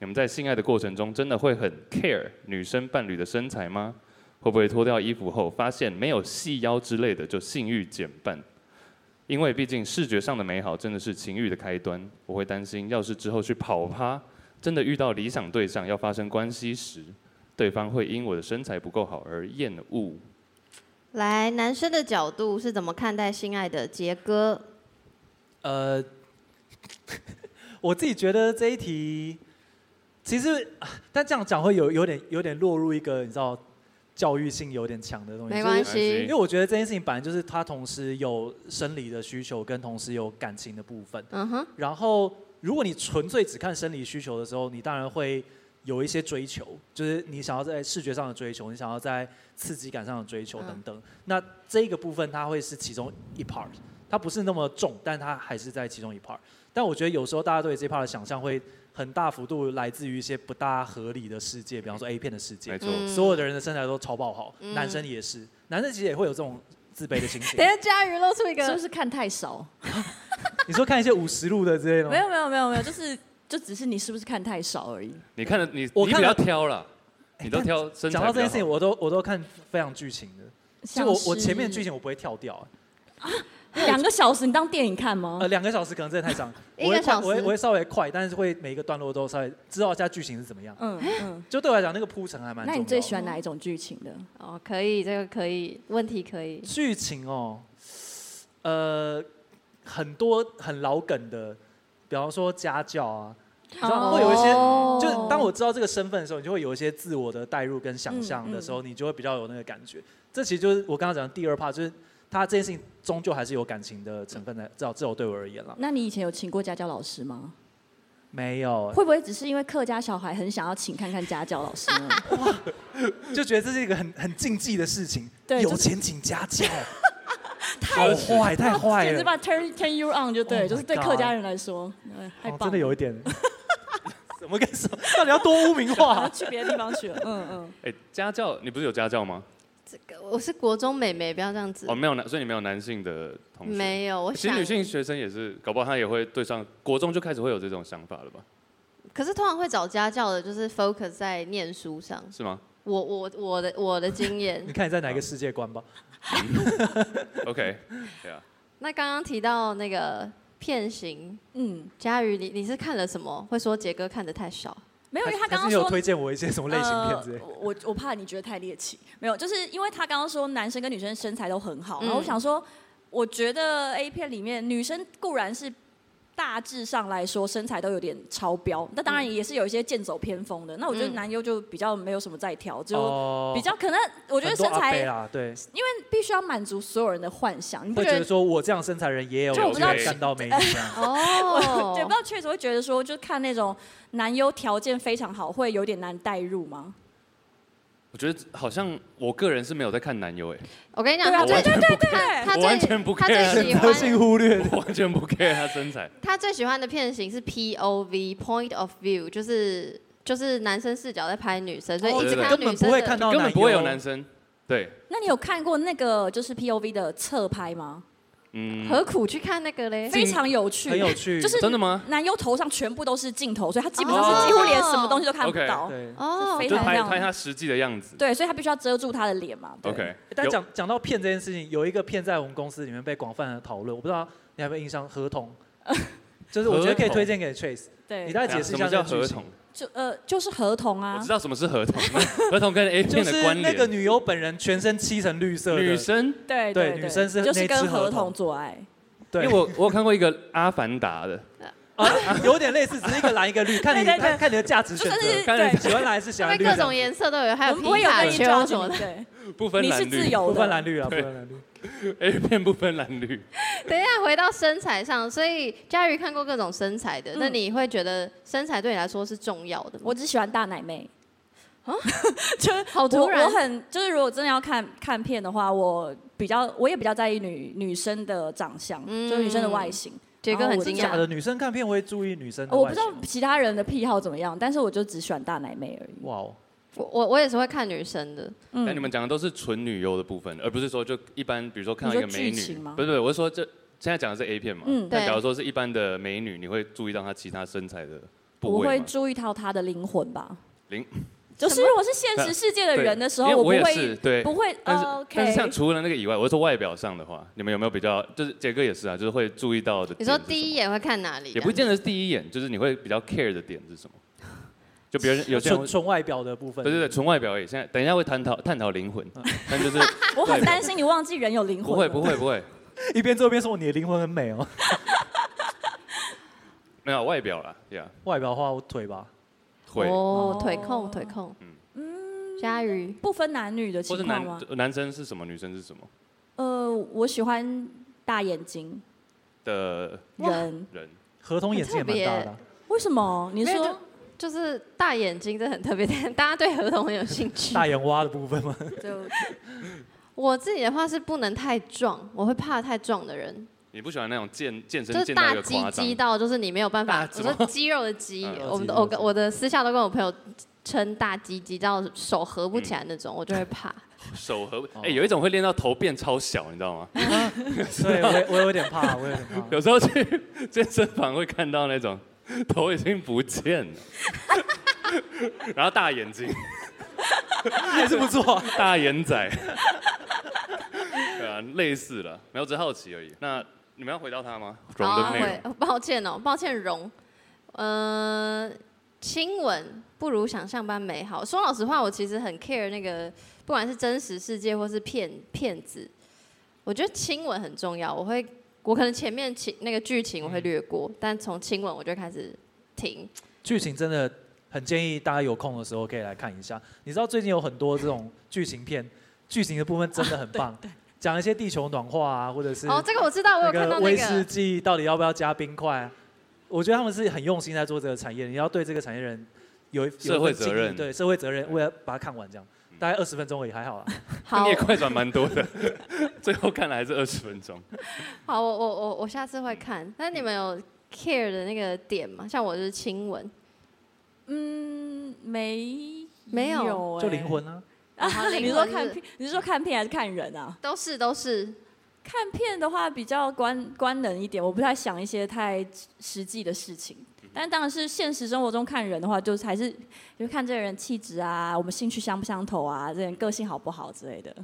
S2: 你们在性爱的过程中，真的会很 care 女生伴侣的身材吗？会不会脱掉衣服后发现没有细腰之类的，就性欲减半？因为毕竟视觉上的美好真的是情欲的开端，我会担心，要是之后去跑趴，真的遇到理想对象要发生关系时，对方会因我的身材不够好而厌恶。
S1: 来，男生的角度是怎么看待性爱的？杰哥，
S3: 呃， 我自己觉得这一题，其实啊但这样讲会有有点有点落入一个你知道教育性有点强的东西，
S1: 没关
S2: 没关
S1: 系
S2: 系
S3: 因为，我觉得这件事情本来就是它同时有生理的需求，跟同时有感情的部分。
S1: 嗯哼，
S3: 然后，如果你纯粹只看生理需求的时候，你当然会有一些追求，就是你想要在视觉上的追求，你想要在刺激感上的追求
S1: 嗯
S3: 等等。那这个部分它会是其中一 part，它不是那么重，但它还是在其中一 part。但我觉得有时候大家对这 part 的想象会很大幅度来自于一些不大合理的世界，比方说 A 片的世界
S2: 没，错，
S1: 嗯
S3: 所有的人的身材都超爆好，
S1: 嗯
S3: 男生也是，男生其实也会有这种自卑的心情
S2: 嗯啊
S1: 等一。下佳宇露出一
S4: 是不
S1: 个，
S4: 是看太少？
S3: 你说看一些五十路的之类的吗
S4: 没？有没有没有没有，就是就只是你是不是看太少而已。
S2: 你看的你
S3: 我
S2: 你
S3: 看
S2: 比
S3: 了
S2: 较挑了，你都
S3: 但
S2: 挑身材
S3: 讲到
S2: 比
S3: 这
S2: 较
S3: 件事情，
S2: 好
S3: 我都我都看非常剧情的，就我我前面剧情我不会跳掉、啊
S4: 两个小时，你当电影看吗？
S3: 呃，两个小时可能真的太 长，
S1: 一
S3: 我会
S1: 个小
S3: 快我会
S1: 时
S3: 我会稍微快，但是会每一个段落都稍微知道一下剧情是怎么样。
S4: 嗯嗯。
S3: 就对我来讲，那个铺陈呃还蛮重
S4: 那
S3: 要的。哦
S4: 你最喜欢哪一种剧情的？
S1: 哦，可以，这个可以，问题可以，
S3: 剧情哦？呃，很多很老梗的，比方说家教啊，你知道
S4: 哦
S3: 会有一些
S4: 哦
S3: 就是当我知道这个身份的时候，你就会有一些自我的代入跟想象的时
S4: 嗯
S3: 候，你就会比较有那个感觉。这其实就是我刚刚讲的第二 part，就是他这件事情终究还是有感情的成分在，至少至少对我而言啦。
S4: 那你以前有请过家教老师吗？
S3: 没有，
S4: 会不会只是因为客家小孩很想要请看看家教老师呢？
S3: 就觉得这是一个很很禁忌的事情。
S4: 对
S3: 有
S4: 就是
S3: 钱请家 教，太坏 太坏
S4: 简直
S3: 了，
S4: 把 turn turn you on 就
S3: Oh
S4: 对
S3: my
S4: 就是对客家人来说，哎太
S3: 哦
S4: 棒了，
S3: 真的有一点。怎么跟什么？到底要多污名
S4: 好
S3: 化
S4: 像？去别的地方去了，嗯嗯，
S2: 哎、家教你不是有家教吗？
S1: 我是国中美眉，不要这样子
S2: 哦，，没有男，所以你没有男性的同学。
S1: 没有，我
S2: 其
S1: 想
S2: 实女性学生也是，搞不好她也会对上国中就开始会有这种想法了吧？
S1: 可是通常会找家教的，就是 focus 在念书上。
S2: 是吗
S1: 我我我的我的经验
S3: 你，看你在哪个世界观吧。
S2: ？OK，对啊，
S1: 那刚刚提到那个片型，
S4: 嗯，
S1: 佳瑜，你你是看了什么？会说杰哥看的太少？
S4: 没有，因为他
S3: 还
S4: 刚
S3: 是
S4: 刚
S3: 你有
S4: 说
S3: 推荐我一些什么类型片之类
S4: 呃？我我怕你觉得太猎奇，没有，就是因为他刚刚说男生跟女生身材都很好，
S1: 嗯
S4: 然后我想说，我觉得 A 片里面女生固然是。大致上来说，身材都有点超标，那当然
S3: 嗯
S4: 也是有一些剑走偏锋的。那我觉得
S1: 嗯
S4: 男优就比较没有什么在挑，就
S3: 哦
S4: 比较可能，我觉
S3: 很
S4: 得
S3: 多
S4: 身
S3: 阿伯
S4: 材
S3: 啦，对，
S4: 必须要满足所有人的幻想，你不
S3: 会
S4: 觉
S3: 觉
S4: 得
S3: 得说我这样身材人也有
S4: 就
S2: 我不知道
S3: 干到美女这样。
S1: 哦
S4: 对，不知道确实会觉得说，就看那种男优条件非常好，会有点难代入吗？
S2: 我觉得好像我个人是没有在看男优哎、
S1: 我跟你讲，
S4: 对啊
S1: 他最
S2: 对
S1: 对
S4: 对
S1: 他
S2: 我完
S1: 最
S2: 全不
S1: 他
S2: care
S1: 最喜
S3: 个性
S1: 欢
S3: 忽略，
S2: 我完全不 care 她身材。
S1: 他最喜欢的片型是 POV point of view，就是就是男生视角在拍女生，所以一直
S2: 哦对对
S1: 看到
S3: 根
S1: 女
S3: 本
S1: 生
S3: 不会
S1: 的
S3: 看到，
S2: 根本不会有
S4: 哦
S2: 男。生。对，
S4: 那你有看过那个就是 POV 的侧拍吗？
S2: 嗯，
S1: 何苦去看那个嘞？
S4: 非常有趣，
S3: 很有趣
S4: 就是
S2: 真的吗？
S4: 男优头上全部都是镜头，所以他基本上是几乎连什么东西都看不到。
S3: 对，
S1: 哦，
S4: 非
S2: 就
S4: 常
S2: 拍
S4: 亮
S2: 拍她实际的样子。
S4: 对，所以他必须要遮住他的脸嘛。啊对
S2: OK，
S3: 但
S2: 有
S3: 讲讲到骗这件事情，有一个骗在我们公司里面被广泛的讨论，我不知道你还有没有印象？合同，就是我觉得可以推荐给 Trace，你
S4: 对，
S3: 大概
S2: 等
S3: 解
S2: 下
S3: 释一
S2: 什
S3: 下
S2: 么
S3: 那
S2: 叫
S3: 个剧
S2: 合
S3: 情
S2: 同？？
S4: 就呃就是合同
S2: 我
S4: 啊
S2: 知，道什么是合同， 合同跟 A
S3: 就
S2: 片的
S3: 是
S2: 关
S3: 那个
S2: 联。
S3: 女优本人全身漆成绿色
S2: 女
S3: 的，
S2: 生，
S4: 对
S3: 对
S4: 对，
S3: 女生是
S4: 就是
S3: 那只
S4: 跟
S3: 合同
S4: 合同做爱，
S2: 因
S3: 对
S2: 为，我我有看过一个《阿凡达》的，
S3: 啊有点类似，只是一个蓝一个绿，看你
S4: 对对对
S3: 看看你的价值选
S4: 就是
S3: 择，
S2: 看人
S4: 对，
S3: 喜欢蓝还是喜
S1: 他
S3: 欢
S1: 们
S3: 绿？
S1: 各种颜色都有，还
S4: 我
S1: 有
S4: 们
S1: 皮
S4: 不会有
S1: 卡
S4: 任意
S1: 丘
S4: 抓
S1: 什
S4: 紧
S1: 么的。
S4: 对，
S2: 不分
S4: 你
S2: 蓝
S4: 是
S2: 绿
S4: 自。
S3: 不
S4: 由
S3: 分
S4: 的
S3: 蓝。绿啊，不分蓝绿。
S2: A 片不分男女。
S1: 等一下回到身材上，所以佳瑜看过各种身材的，那
S4: 嗯
S1: 你会觉得身材对你来说是重要的吗？
S4: 我只喜欢大奶妹。就是
S1: 好
S4: 我
S1: 突然
S4: 我很就是如果真的要看看片的话，我比较我也比较在意女女生的长相，
S1: 嗯
S4: 就是女生的外形。
S1: 杰哥很惊
S3: 假
S1: 讶，
S3: 的女生看片会注意女生的
S4: 我
S3: 外
S4: 不知
S3: 形
S4: 道其他人的癖好怎么样，但是我就只喜欢大奶妹而已。
S3: 哇哦，
S1: 我我我也是会看女生的，
S4: 嗯
S2: 但你们讲的都是纯女优的部分，而不是说就一般，比如说看到一个美
S4: 你说剧
S2: 女
S4: 情吗，
S2: 不是不是，我是说这现在讲的是 A 片嘛。
S4: 嗯
S2: 但
S1: 对
S2: 假如说是一般的美女，你会注意到她其他身材的部
S4: 我会
S2: 位吗？
S4: 注意到她的灵魂吧。
S2: 灵
S4: 就是如果是现实世界的人的时候，
S2: 因为
S4: 不
S2: 我也是
S4: 会
S2: 对。
S4: 不会
S2: 但是、
S1: 哦
S4: 呃 OK。
S2: 但是像除了那个以外，我是说外表上的话，你们有没有比较，就是杰哥也是啊，就是会注意到的。
S1: 你说第一
S2: 眼，
S1: 眼会看哪里？啊
S2: 也不见得是第一眼，就是你会比较 care 的点是什么？就别人有些人
S3: 纯
S2: 会，
S3: 纯外表的部分。
S2: 对对对，纯外表而已。现在等一下会探讨探讨灵魂，
S3: 嗯
S2: 但就是
S4: 我
S2: 外
S4: 很
S2: 表
S4: 担心你忘记人有灵魂。啊
S2: 不会不。会不会，
S3: 一边做一边说你的灵魂很美哦。
S2: 没有外表啦，对啊，
S3: 外表的话，我腿吧，
S2: 会。
S1: 哦
S4: 哦，
S1: 腿控腿控，嗯，佳瑜，
S4: 不分男女的
S2: 或是
S4: 情况
S2: 男
S4: 吗？
S2: 男生是什么，女生是什么
S4: 呃，我喜欢大眼睛
S2: 的
S1: 哇
S4: 人。
S2: 人，
S3: 合同眼睛也蛮大的啊。
S4: 为什么？你
S1: 没有
S4: 说
S1: 就是大眼睛，这很特别，但大家对合同很有兴趣。
S3: 大眼蛙的部分吗？
S4: 就
S1: 我自己的话是不能太壮，我会怕太壮的人，
S2: 你不喜欢那种健健
S1: 就
S2: 身
S1: 是
S2: 健到一
S1: 大
S2: 个
S1: 肌
S2: 夸张
S1: 肌，到就是你没有办法
S2: 大，
S1: 我
S2: 什么
S1: 说肌肉的 肌，
S2: 嗯
S1: 我们
S3: 肌
S1: 的
S3: 肉
S1: 我
S3: 的
S1: 跟
S3: 肌
S1: 我的私下都跟我朋友称大肌肌到手合不起来那种，我
S2: 嗯
S1: 就会怕。
S2: 手和
S3: 哦
S2: 哎、有一种会练到头变超小，你知道吗？
S3: 对，我也我有点怕，我有点怕。
S2: 有时候去 健身房会看到那种 头已经不见了， 然后大眼睛、
S3: 还是不错啊。
S2: 大眼仔， 对啊，类似了，没有，只是好奇而已。那你们要回到他吗？
S1: 好
S2: 容的
S1: 啊，
S2: 内容
S1: 会，抱歉哦，抱歉容，呃，亲吻不如想象般美好。说老实话，我其实很 care 那个，不管是真实世界或是骗骗子，我觉得亲吻很重要。我会，我可能前面情那个剧情我
S2: 嗯
S1: 会略过，但从亲吻我就开始停。
S3: 剧情真的很建议大家有空的时候可以来看一下。你知道最近有很多这种剧情片，剧情的部分真的很棒，讲一些地球暖化啊，或者是
S1: 哦，这个我知道，我有看到那
S3: 威士
S1: 个，
S3: 忌到底要不要加冰块啊？我觉得他们是很用心在做这个产业，你要对这个产业人有一有一份
S2: 社会
S3: 敬
S2: 责
S3: 意
S2: 任嗯
S3: 对社会责任，为了把它看完这样，大概二十分钟而已，还好啦。
S1: 好
S2: 你也快转蛮多的， 最后看来还是二十分钟。
S1: 好，我我我我下次
S3: 嗯
S1: 会看。那你们有 care 的那个点吗？像我就是亲吻，
S4: 嗯，没
S1: 没有
S4: 有
S3: 就
S4: 欸
S3: 灵魂啊，
S4: 啊
S1: 好？灵
S4: 你说
S1: 魂是
S4: 看片，你是说看片还是看人啊？
S1: 都是都是，
S4: 看片的话比较官官能一点，我不太想一些太实际的事情。但当然是现实生活中看人的话，就是还是就看这个人气质啊，我们兴趣相不相投啊，这个人个性好不好之类的。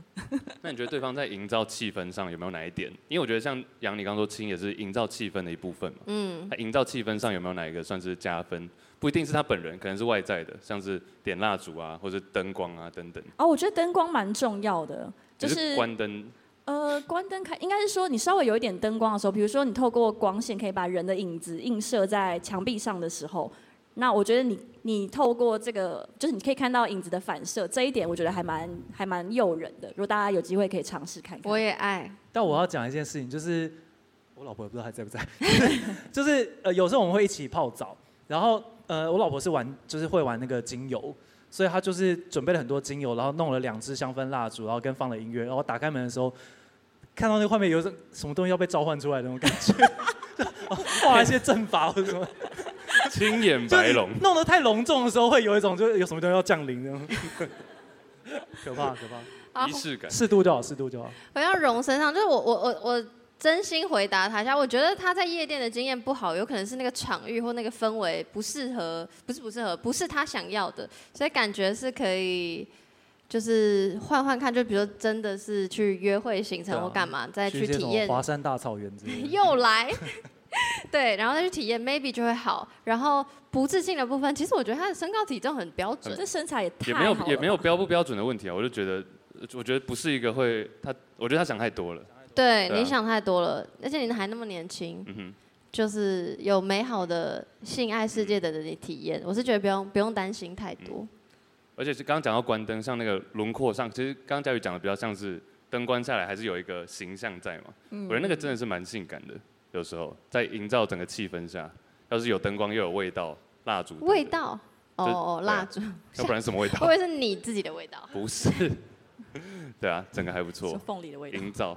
S2: 那你觉得对方在营造气氛上有没有哪一点？因为我觉得像杨你刚说亲也是营造气氛的一部分嘛。
S1: 嗯。
S2: 他营造气氛上有没有哪一个算是加分？不一定是他本人，可能是外在的，像是点蜡烛啊，或者灯光啊等等。
S4: 哦，我觉得灯光蛮重要的，就
S2: 只
S4: 是
S2: 关灯，
S4: 呃，关灯开，应该是说你稍微有一点灯光的时候，比如说你透过光线可以把人的影子映射在墙壁上的时候，那我觉得你你透过这个，就是你可以看到影子的反射，这一点我觉得还蛮还蛮诱人的。如果大家有机会可以尝试看看，
S1: 我也爱，
S3: 但我要讲一件事情，就是我老婆也不知道还在不在， 就是呃，有时候我们会一起泡澡，然后呃，我老婆是玩就是会玩那个精油，所以她就是准备了很多精油，然后弄了两支香氛蜡烛，然后跟放了音乐，然后打开门的时候，看到那个画面有一种什么东西要被召唤出来的那种感觉，就哦画一些阵法或者什么，
S2: 青眼白龙
S3: 就是。弄得太隆重的时候，会有一种就是有什么东西要降临这样。可怕可怕，
S1: 好
S2: 仪，式感。
S3: 适度就好，适度就好。
S1: 回到荣身上，就是我我我我真心回答他一下，我觉得他在夜店的经验不好，有可能是那个场域或那个氛围不适合，不是不适合，不是他想要的，所以感觉是可以。就是换换看，就比如说真的是去约会行程
S3: 对啊
S1: 或干嘛，再
S3: 去
S1: 去
S3: 一些什
S1: 体
S3: 么
S1: 验
S3: 华山大草原之类 的。
S1: 又来，对，然后再去体验，maybe 就会好。然后不自信的部分，其实我觉得他的身高体重很标准，
S4: 这身材也太
S2: 也
S4: 好
S2: 没
S4: 了
S2: 有
S4: 吧
S2: 也没有标不标准的问题啊，我就觉得，我觉得不是一个会他，我觉得他想太多了。
S1: 对，
S2: 对啊
S1: 你想太多了，而且你还那么年轻，
S2: 嗯哼，
S1: 就是有美好的性爱世界的你体验，我是觉得不用不用担心太多。
S2: 嗯而且是刚刚讲到关灯，像那个轮廓上，其实刚刚佳宇讲的比较像是灯关下来还是有一个形象在嘛。我觉得那个真的是蛮性感的，有时候在营造整个气氛下，要是有灯光又有味道，蜡烛等等
S1: 味，道，哦
S2: 就啊
S1: 哦，蜡烛，
S2: 要不然什么味
S1: 会不
S2: 道？
S1: 会是你自己的味道？
S2: 不是， 对啊，整个还不
S4: 是
S2: 错，
S4: 凤梨的味道。
S2: 营造。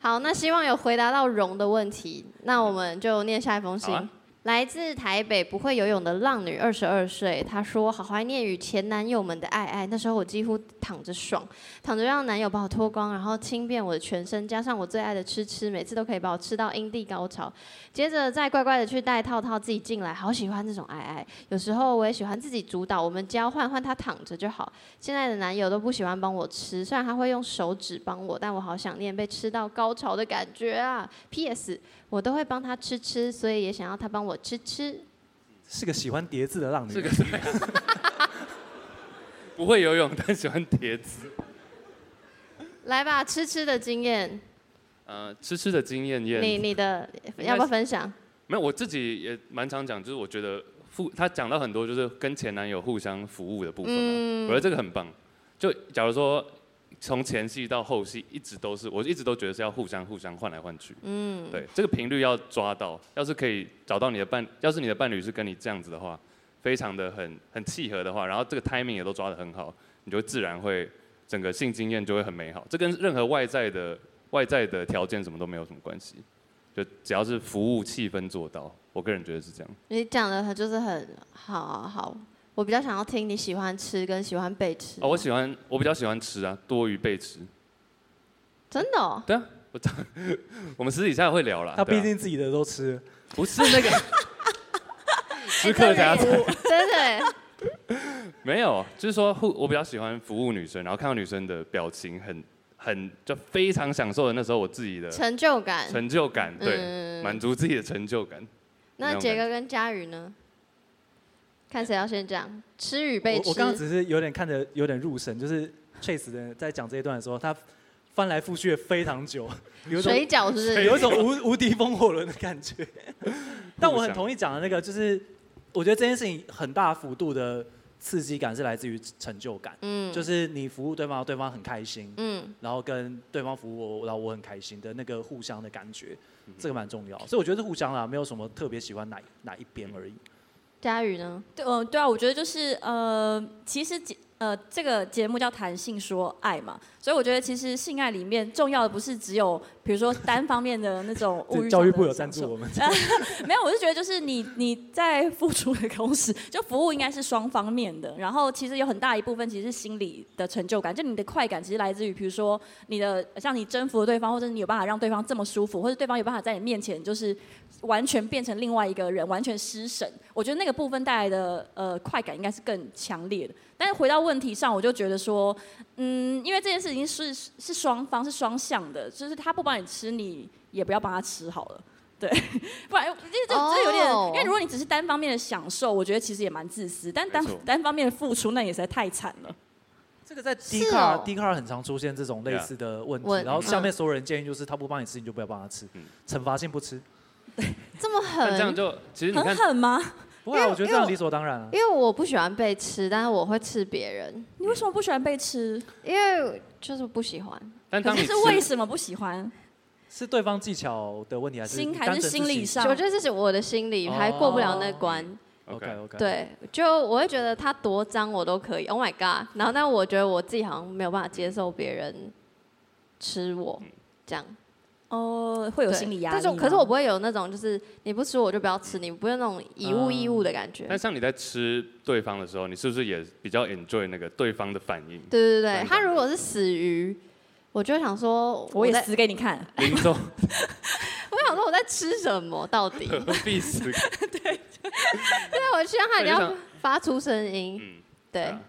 S1: 好，那希望有回答到荣的问题，那我们就念下一封信。
S2: 好啊
S1: 来自台北不会游泳的浪女，二十二岁，她说：“好怀念与前男友们的爱爱，那时候我几乎躺着爽，躺着让男友把我脱光，然后轻遍我的全身，加上我最爱的吃吃，每次都可以把我吃到阴蒂高潮，接着再乖乖的去带套套自己进来，好喜欢这种爱爱。有时候我也喜欢自己主导，我们交换换他躺着就好，现在的男友都不喜欢帮我吃，虽然他会用手指帮我，但我好想念被吃到高潮的感觉啊！P.S. 我都会帮他吃吃，所以也想要他帮我吃吃。
S3: 是个喜欢叠字的浪 女。
S2: 这个是 不会游泳，但喜欢叠字。
S1: 来吧，吃吃的经验，
S2: 呃，吃吃的经验验
S1: 你你的
S2: 该是
S1: 要不要分享？
S2: 没有，我自己也蛮常讲，就是我觉得互他讲到很多就是跟前男友互相服务的部分、啊，我觉得这个很棒。就假如说从前戏到后戏，一直都是我一直都觉得是要互相互相换来换去，嗯，对，这个频率要抓到。要是可以找到你的伴，要是你的伴侣是跟你这样子的话，非常的很很契合的话，然后这个 timing 也都抓得很好，你就自然会整个性经验就会很美好。这跟任何外在的外在的条件什么都没有什么关系。就只要是服务气氛做到，我个人觉得是这样。
S1: 你讲的就是很好好好，我比较想要听你喜欢吃跟喜欢被吃。
S2: 哦，我喜欢，我比较喜欢吃啊，多于被吃。
S1: 真的、哦，
S2: 对啊，我我们私底下会聊啦。
S3: 他
S2: 对
S3: 毕
S2: 啊
S3: 竟自己的都吃了，
S2: 不是 那个吃客家菜，
S1: 真的 耶，
S2: 没有，就是说互我比较喜欢服务女生，然后看到女生的表情很很就非常享受的那时候我自己的
S1: 成就感。
S2: 成就感，对，
S1: 嗯
S2: 满足自己的成就感。那
S1: 那
S2: 种
S1: 杰
S2: 感
S1: 哥跟佳宇呢？看谁要先讲，吃与被
S3: 我
S1: 吃。
S3: 我刚刚只是有点看着有点入神，就是 Chase 的在讲这一段的时候，他翻来覆去了非常 久，有一种
S1: 水饺是不是？
S3: 有一种无无敌风火轮的感觉。但我很同意讲的那个，就是我觉得这件事情很大幅度的刺激感是来自于成就感，
S1: 嗯，
S3: 就是你服务对方，对方很开心，
S1: 嗯，
S3: 然后跟对方服务我，然后我很开心的那个互相的感觉，
S1: 嗯
S3: 这个蛮重要。所以我觉得是互相啦，没有什么特别喜欢哪一哪一边而已。
S1: 佳宇呢？
S4: 对，嗯、对啊，我觉得就是呃，其实节呃这个节目叫谈性说爱嘛，所以我觉得其实性爱里面重要的不是只有比如说单方面的那种物
S3: 这
S4: 欲。
S3: 教育部有赞助我，们，
S4: 没有，我是觉得就是你你在付出的同时，就服务应该是双方面的。然后其实有很大一部分其实是心理的成就感，就你的快感其实来自于，比如说你的像你征服了对方，或者你有办法让对方这么舒服，或者对方有办法在你面前就是完全变成另外一个人，完全失神。我觉得那个部分带来的呃快感应该是更强烈的。但是回到问题上，我就觉得说，嗯，因为这件事情是是双方是双向的，就是他不帮你吃，你也不要帮他吃好了。对， 不然这这这有点
S1: 哦
S4: 因为如果你只是单方面的享受，我觉得其实也蛮自私。但单
S2: 没错
S4: 单方面的付出，那也实在太惨了。
S3: 这个在
S1: 是
S3: D
S1: 哦
S3: 卡 D 卡很常出现这种类
S2: Yeah
S3: 似的问题，
S1: 问
S3: 然后下
S1: 嗯
S3: 面所有人建议就是他不帮你吃，你就不要帮他吃
S2: 嗯，
S3: 惩罚性不吃。
S1: 这么
S2: 但这样
S1: 狠？
S2: 就其实你
S4: 很
S2: 看，
S4: 狠吗？
S3: 不会啊，
S1: 因为
S3: 我觉得这样理所当然啊
S1: 因。为我不喜欢被吃，但是我会吃别人，
S4: 你为什么不喜欢被吃？
S1: 因为就是不喜欢。
S2: 但
S4: 可
S2: 当你
S4: 是是
S2: 吃
S4: 为什么不喜欢？
S3: 是对方技巧的问题还呃是
S4: 心还
S3: 单
S4: 是
S3: 纯
S4: 心
S3: 自己
S4: 理上？
S1: 我觉得这是我的心理
S3: 哦
S1: 还过不了那关。
S3: ？OK OK。
S1: 对，啊就我会哦觉得他多脏我都可以，Oh my god！然后但我觉得我自己好像没有办法接受别人吃我这样。
S4: 哦，会有
S1: 对
S4: 心理压力
S1: 但
S4: 吗。
S1: 是我可是我不会有那种就是你不吃我就不要吃你，不会有那种以物易物的感觉。
S2: 但像你在吃对方的时候，你是不是也比较 enjoy 那个对方的反应？
S1: 对对
S2: 蛮
S1: 对，
S2: 感
S1: 他如果是死鱼，我就会想说
S4: 我也
S1: 在，
S4: 死给你看。
S2: 零售
S1: 我想说我在吃什么到 底？
S2: 何必死？
S1: 对，我希望他一定
S2: 对
S1: 要
S2: 就像
S1: 发出声音。
S2: 嗯。
S1: 对
S2: 啊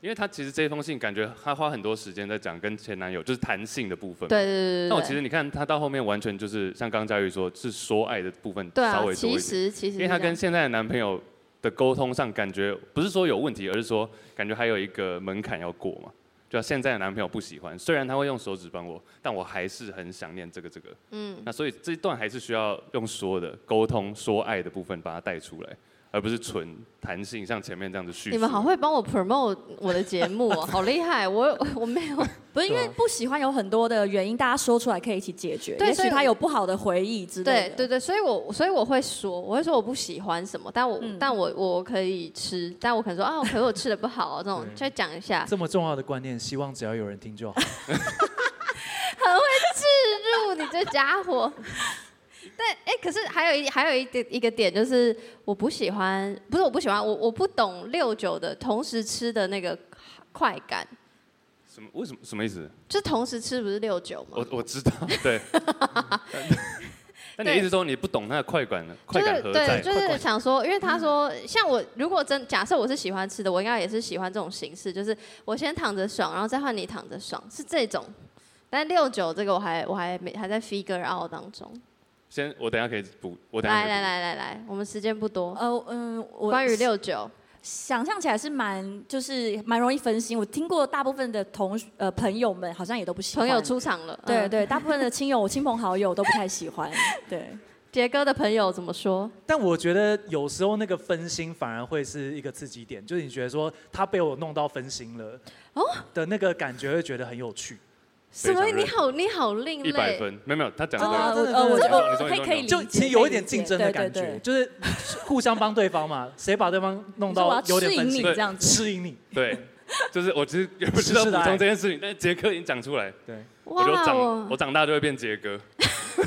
S2: 因为她其实这封信感觉她花很多时间在讲跟前男友就是谈性的部分。
S1: 对。对对对
S2: 那我
S1: 对
S2: 其
S1: 对。
S2: 实你看她到后面完全就是像刚佳玉说，是说爱的部分
S1: 对
S2: 稍
S1: 啊，
S2: 微多
S1: 其
S2: 一点，
S1: 实其实
S2: 因为她
S1: 是这
S2: 跟
S1: 样
S2: 现在的男朋友的沟通上感觉不是说有问题，而是说感觉还有一个门槛要过嘛。就现在的男朋友不喜欢，虽然他会用手指帮我，但我还是很想念这个这个。
S1: 嗯
S2: 那所以这一段还是需要用说的沟通、说爱的部分把它带出来，而不是纯弹性，像前面这样子叙述。
S1: 你们好会帮我 promote 我的节目、 哦，好厉害！我我没有，
S4: 不是因
S3: 啊
S4: 为不喜欢有很多的原因，大家说出来可以一起解决。
S1: 对
S4: 也
S1: 所以
S4: 许他有不好的回忆之类
S1: 对
S4: 的。
S1: 对对，所以我所以我会说，我会说我不喜欢什么，但我、
S4: 嗯
S1: 但我我可以吃，但我可能说啊，可是我吃的不好、哦，这种就讲一下，
S3: 这么重要的观念，希望只要有人听就好。
S1: 置入你这家伙。 但哎、可是还有一还有一点一个点就是，我不喜欢，不是我不喜欢，我我不懂六九的同时吃的那个快感，
S2: 什么？为什么？什么意思？
S1: 就是同时吃不是六九吗
S2: 我？我知道，对。但你一直说你不懂那个快感，
S1: 就
S2: 快
S1: 是
S2: 感何在？
S1: 对，就是想说，因为他说，像我如果真假设我是喜欢吃的，我应该也是喜欢这种形式，就是我先躺着爽，然后再换你躺着爽，是这种。但六九这个我还我还没还在 figure out 当中。
S2: 先，我等一下可以补，我等一下
S1: 来
S2: 可以
S1: 来
S2: 补
S1: 来来来，我们时间不多。
S4: 呃嗯，我
S1: 关于六九，
S4: 想象起来是蛮就是蛮容易分心。我听过大部分的同呃朋友们好像也都不喜欢。
S1: 朋友出场了。
S4: 对
S1: 嗯，
S4: 对，大部分的亲友、我亲朋好友都不太喜欢。对，
S1: 杰哥的朋友怎么说？
S3: 但我觉得有时候那个分心反而会是一个刺激点，就是你觉得说他被我弄到分心了，哦的那个感觉会觉得很有趣。
S1: 什么？
S2: 非常认
S1: 你好，你好另
S2: 一百
S1: 类。哦
S2: 分，没有没有，他讲
S3: 真的
S2: 的
S3: 吗
S4: 啊，我
S3: 真的
S4: 呃，我
S3: 真
S2: 的
S4: 我
S2: 你说
S4: 可以
S2: 你说
S4: 可以理解，
S3: 就其实有一点竞争的感
S4: 可以理
S3: 觉，
S4: 解
S3: 就是互相帮对方 嘛，谁把对方弄
S4: 你说我
S3: 到
S4: 要
S3: 有点
S4: 吃
S3: 分
S4: 赢你
S3: 心，
S4: 这样子。
S3: 吃赢你，
S2: 对，就是我其实也不知道
S3: 是
S2: 补
S3: 的
S2: 充这件事情，但是杰克已经讲出来，
S3: 对，
S2: 我就
S1: 哇，哦
S2: 长
S1: 我
S2: 我长大就会变杰哥。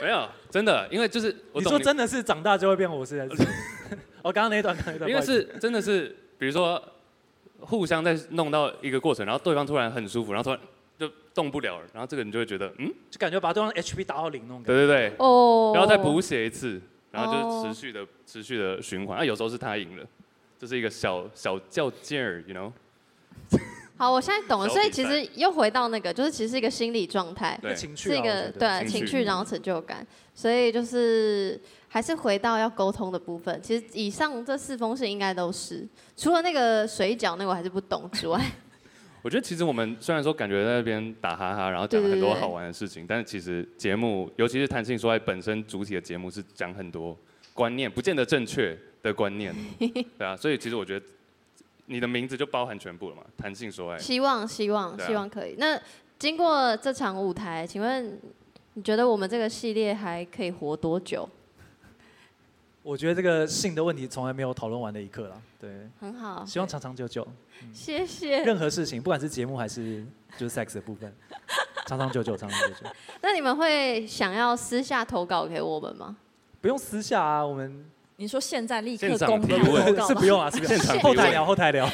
S2: 没有，真的，因为就是我
S3: 你
S2: 懂
S3: 说真的是长大就会变我是 在吃，我刚刚那一段，刚刚那一段，
S2: 因为是真的是，比如说互相在弄到一个过程，然后对方突然很舒服，然后突然就动不了了，然后这个你就会觉得，嗯，
S3: 就感觉把对方 HP 打到零那种感
S2: 对对
S3: 觉。
S2: 对，
S1: 哦，
S2: 然后再补写一次，然后
S1: 哦
S2: 就是持续的、持续的循环。啊，有时候是他赢了，这是一个小小较劲儿，you know？
S1: 好，我现在懂了。
S2: 小
S1: 所以
S2: 比
S1: 其
S2: 赛
S1: 实又回到那个，就是其实是一个心理状态。
S2: 对
S3: 情趣
S1: 是
S3: 啊，
S1: 一
S3: 我
S1: 个
S3: 觉得
S1: 对
S2: 情
S1: 情
S2: 绪
S1: 绪，然后成就感，所以就是还是回到要沟通的部分。其实以上这四封信应该都是，除了那个水饺那个我还是不懂之 外，
S2: 我觉得其实我们虽然说感觉在那边打哈哈，然后讲了
S1: 对对
S2: 很多
S1: 对
S2: 好玩的事情，但是其实节目，尤其是弹性说爱本身主体的节目是讲很多观念，不见得正确的观 念，对啊，所以其实我觉得你的名字就包含全部了嘛，弹性说爱。
S1: 希望希望
S2: 对啊
S1: 希望可以。那经过这场舞台，请问你觉得我们这个系列还可以活多久？
S3: 我觉得这个性的问题从来没有讨论完的一刻啦。对，
S1: 很好，
S3: 希望长长久久，
S1: 谢谢。
S3: 任何事情，不管是节目还是就是 sex 的部 分，长长久久，长长久久，
S1: 那你们会想要私下投稿给我们 吗？
S3: 不用私下啊，我们
S4: 你说现在立刻
S2: 现场
S4: 公
S2: 提
S4: 开
S2: 问
S4: 投 稿
S3: 是
S4: 吗
S3: 不用啊，是不
S2: 现场
S3: 用，
S2: 提
S3: 后
S2: 问
S3: 台聊，后台聊。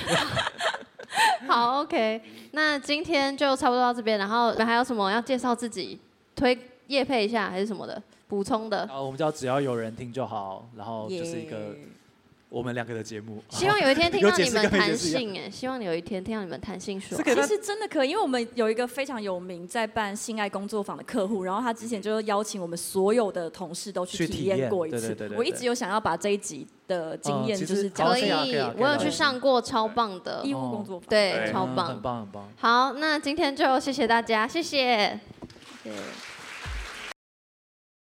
S1: 好，OK，那今天就差不多到这边。然后你们还有什么要介绍自己、推叶配一下还是什么的补充的？
S3: 然呃后我们叫只要有人听就好，然后哦就是一个
S4: 耶
S3: 我们两个的节目。
S1: 希望有一天听到你们
S3: 有解释跟没
S1: 谈
S3: 解释一样
S1: 性，哎，希望有一天听到你们谈性说
S3: 这。个
S4: 其
S3: 他
S4: 实真的可以，因为我们有一个非常有名在办性爱工作坊的客户，然后他之前就邀请我们所有的同事都
S3: 去
S4: 去
S3: 体
S4: 体
S3: 验
S4: 验过一
S3: 对
S4: 次
S3: 对对对。
S4: 我一直有想要把这一集的经验
S3: 嗯其实
S4: 就是讲
S3: 好哦
S1: 可
S3: 可以啊可以啊可以
S1: 我
S3: 啊
S1: 有去上过，超棒的
S4: 义。务工作坊。
S1: 对，
S2: 对
S1: 超
S3: 嗯很
S1: 棒。
S3: 棒，很棒。
S1: 好，那今天就谢谢大家，谢谢。
S4: 对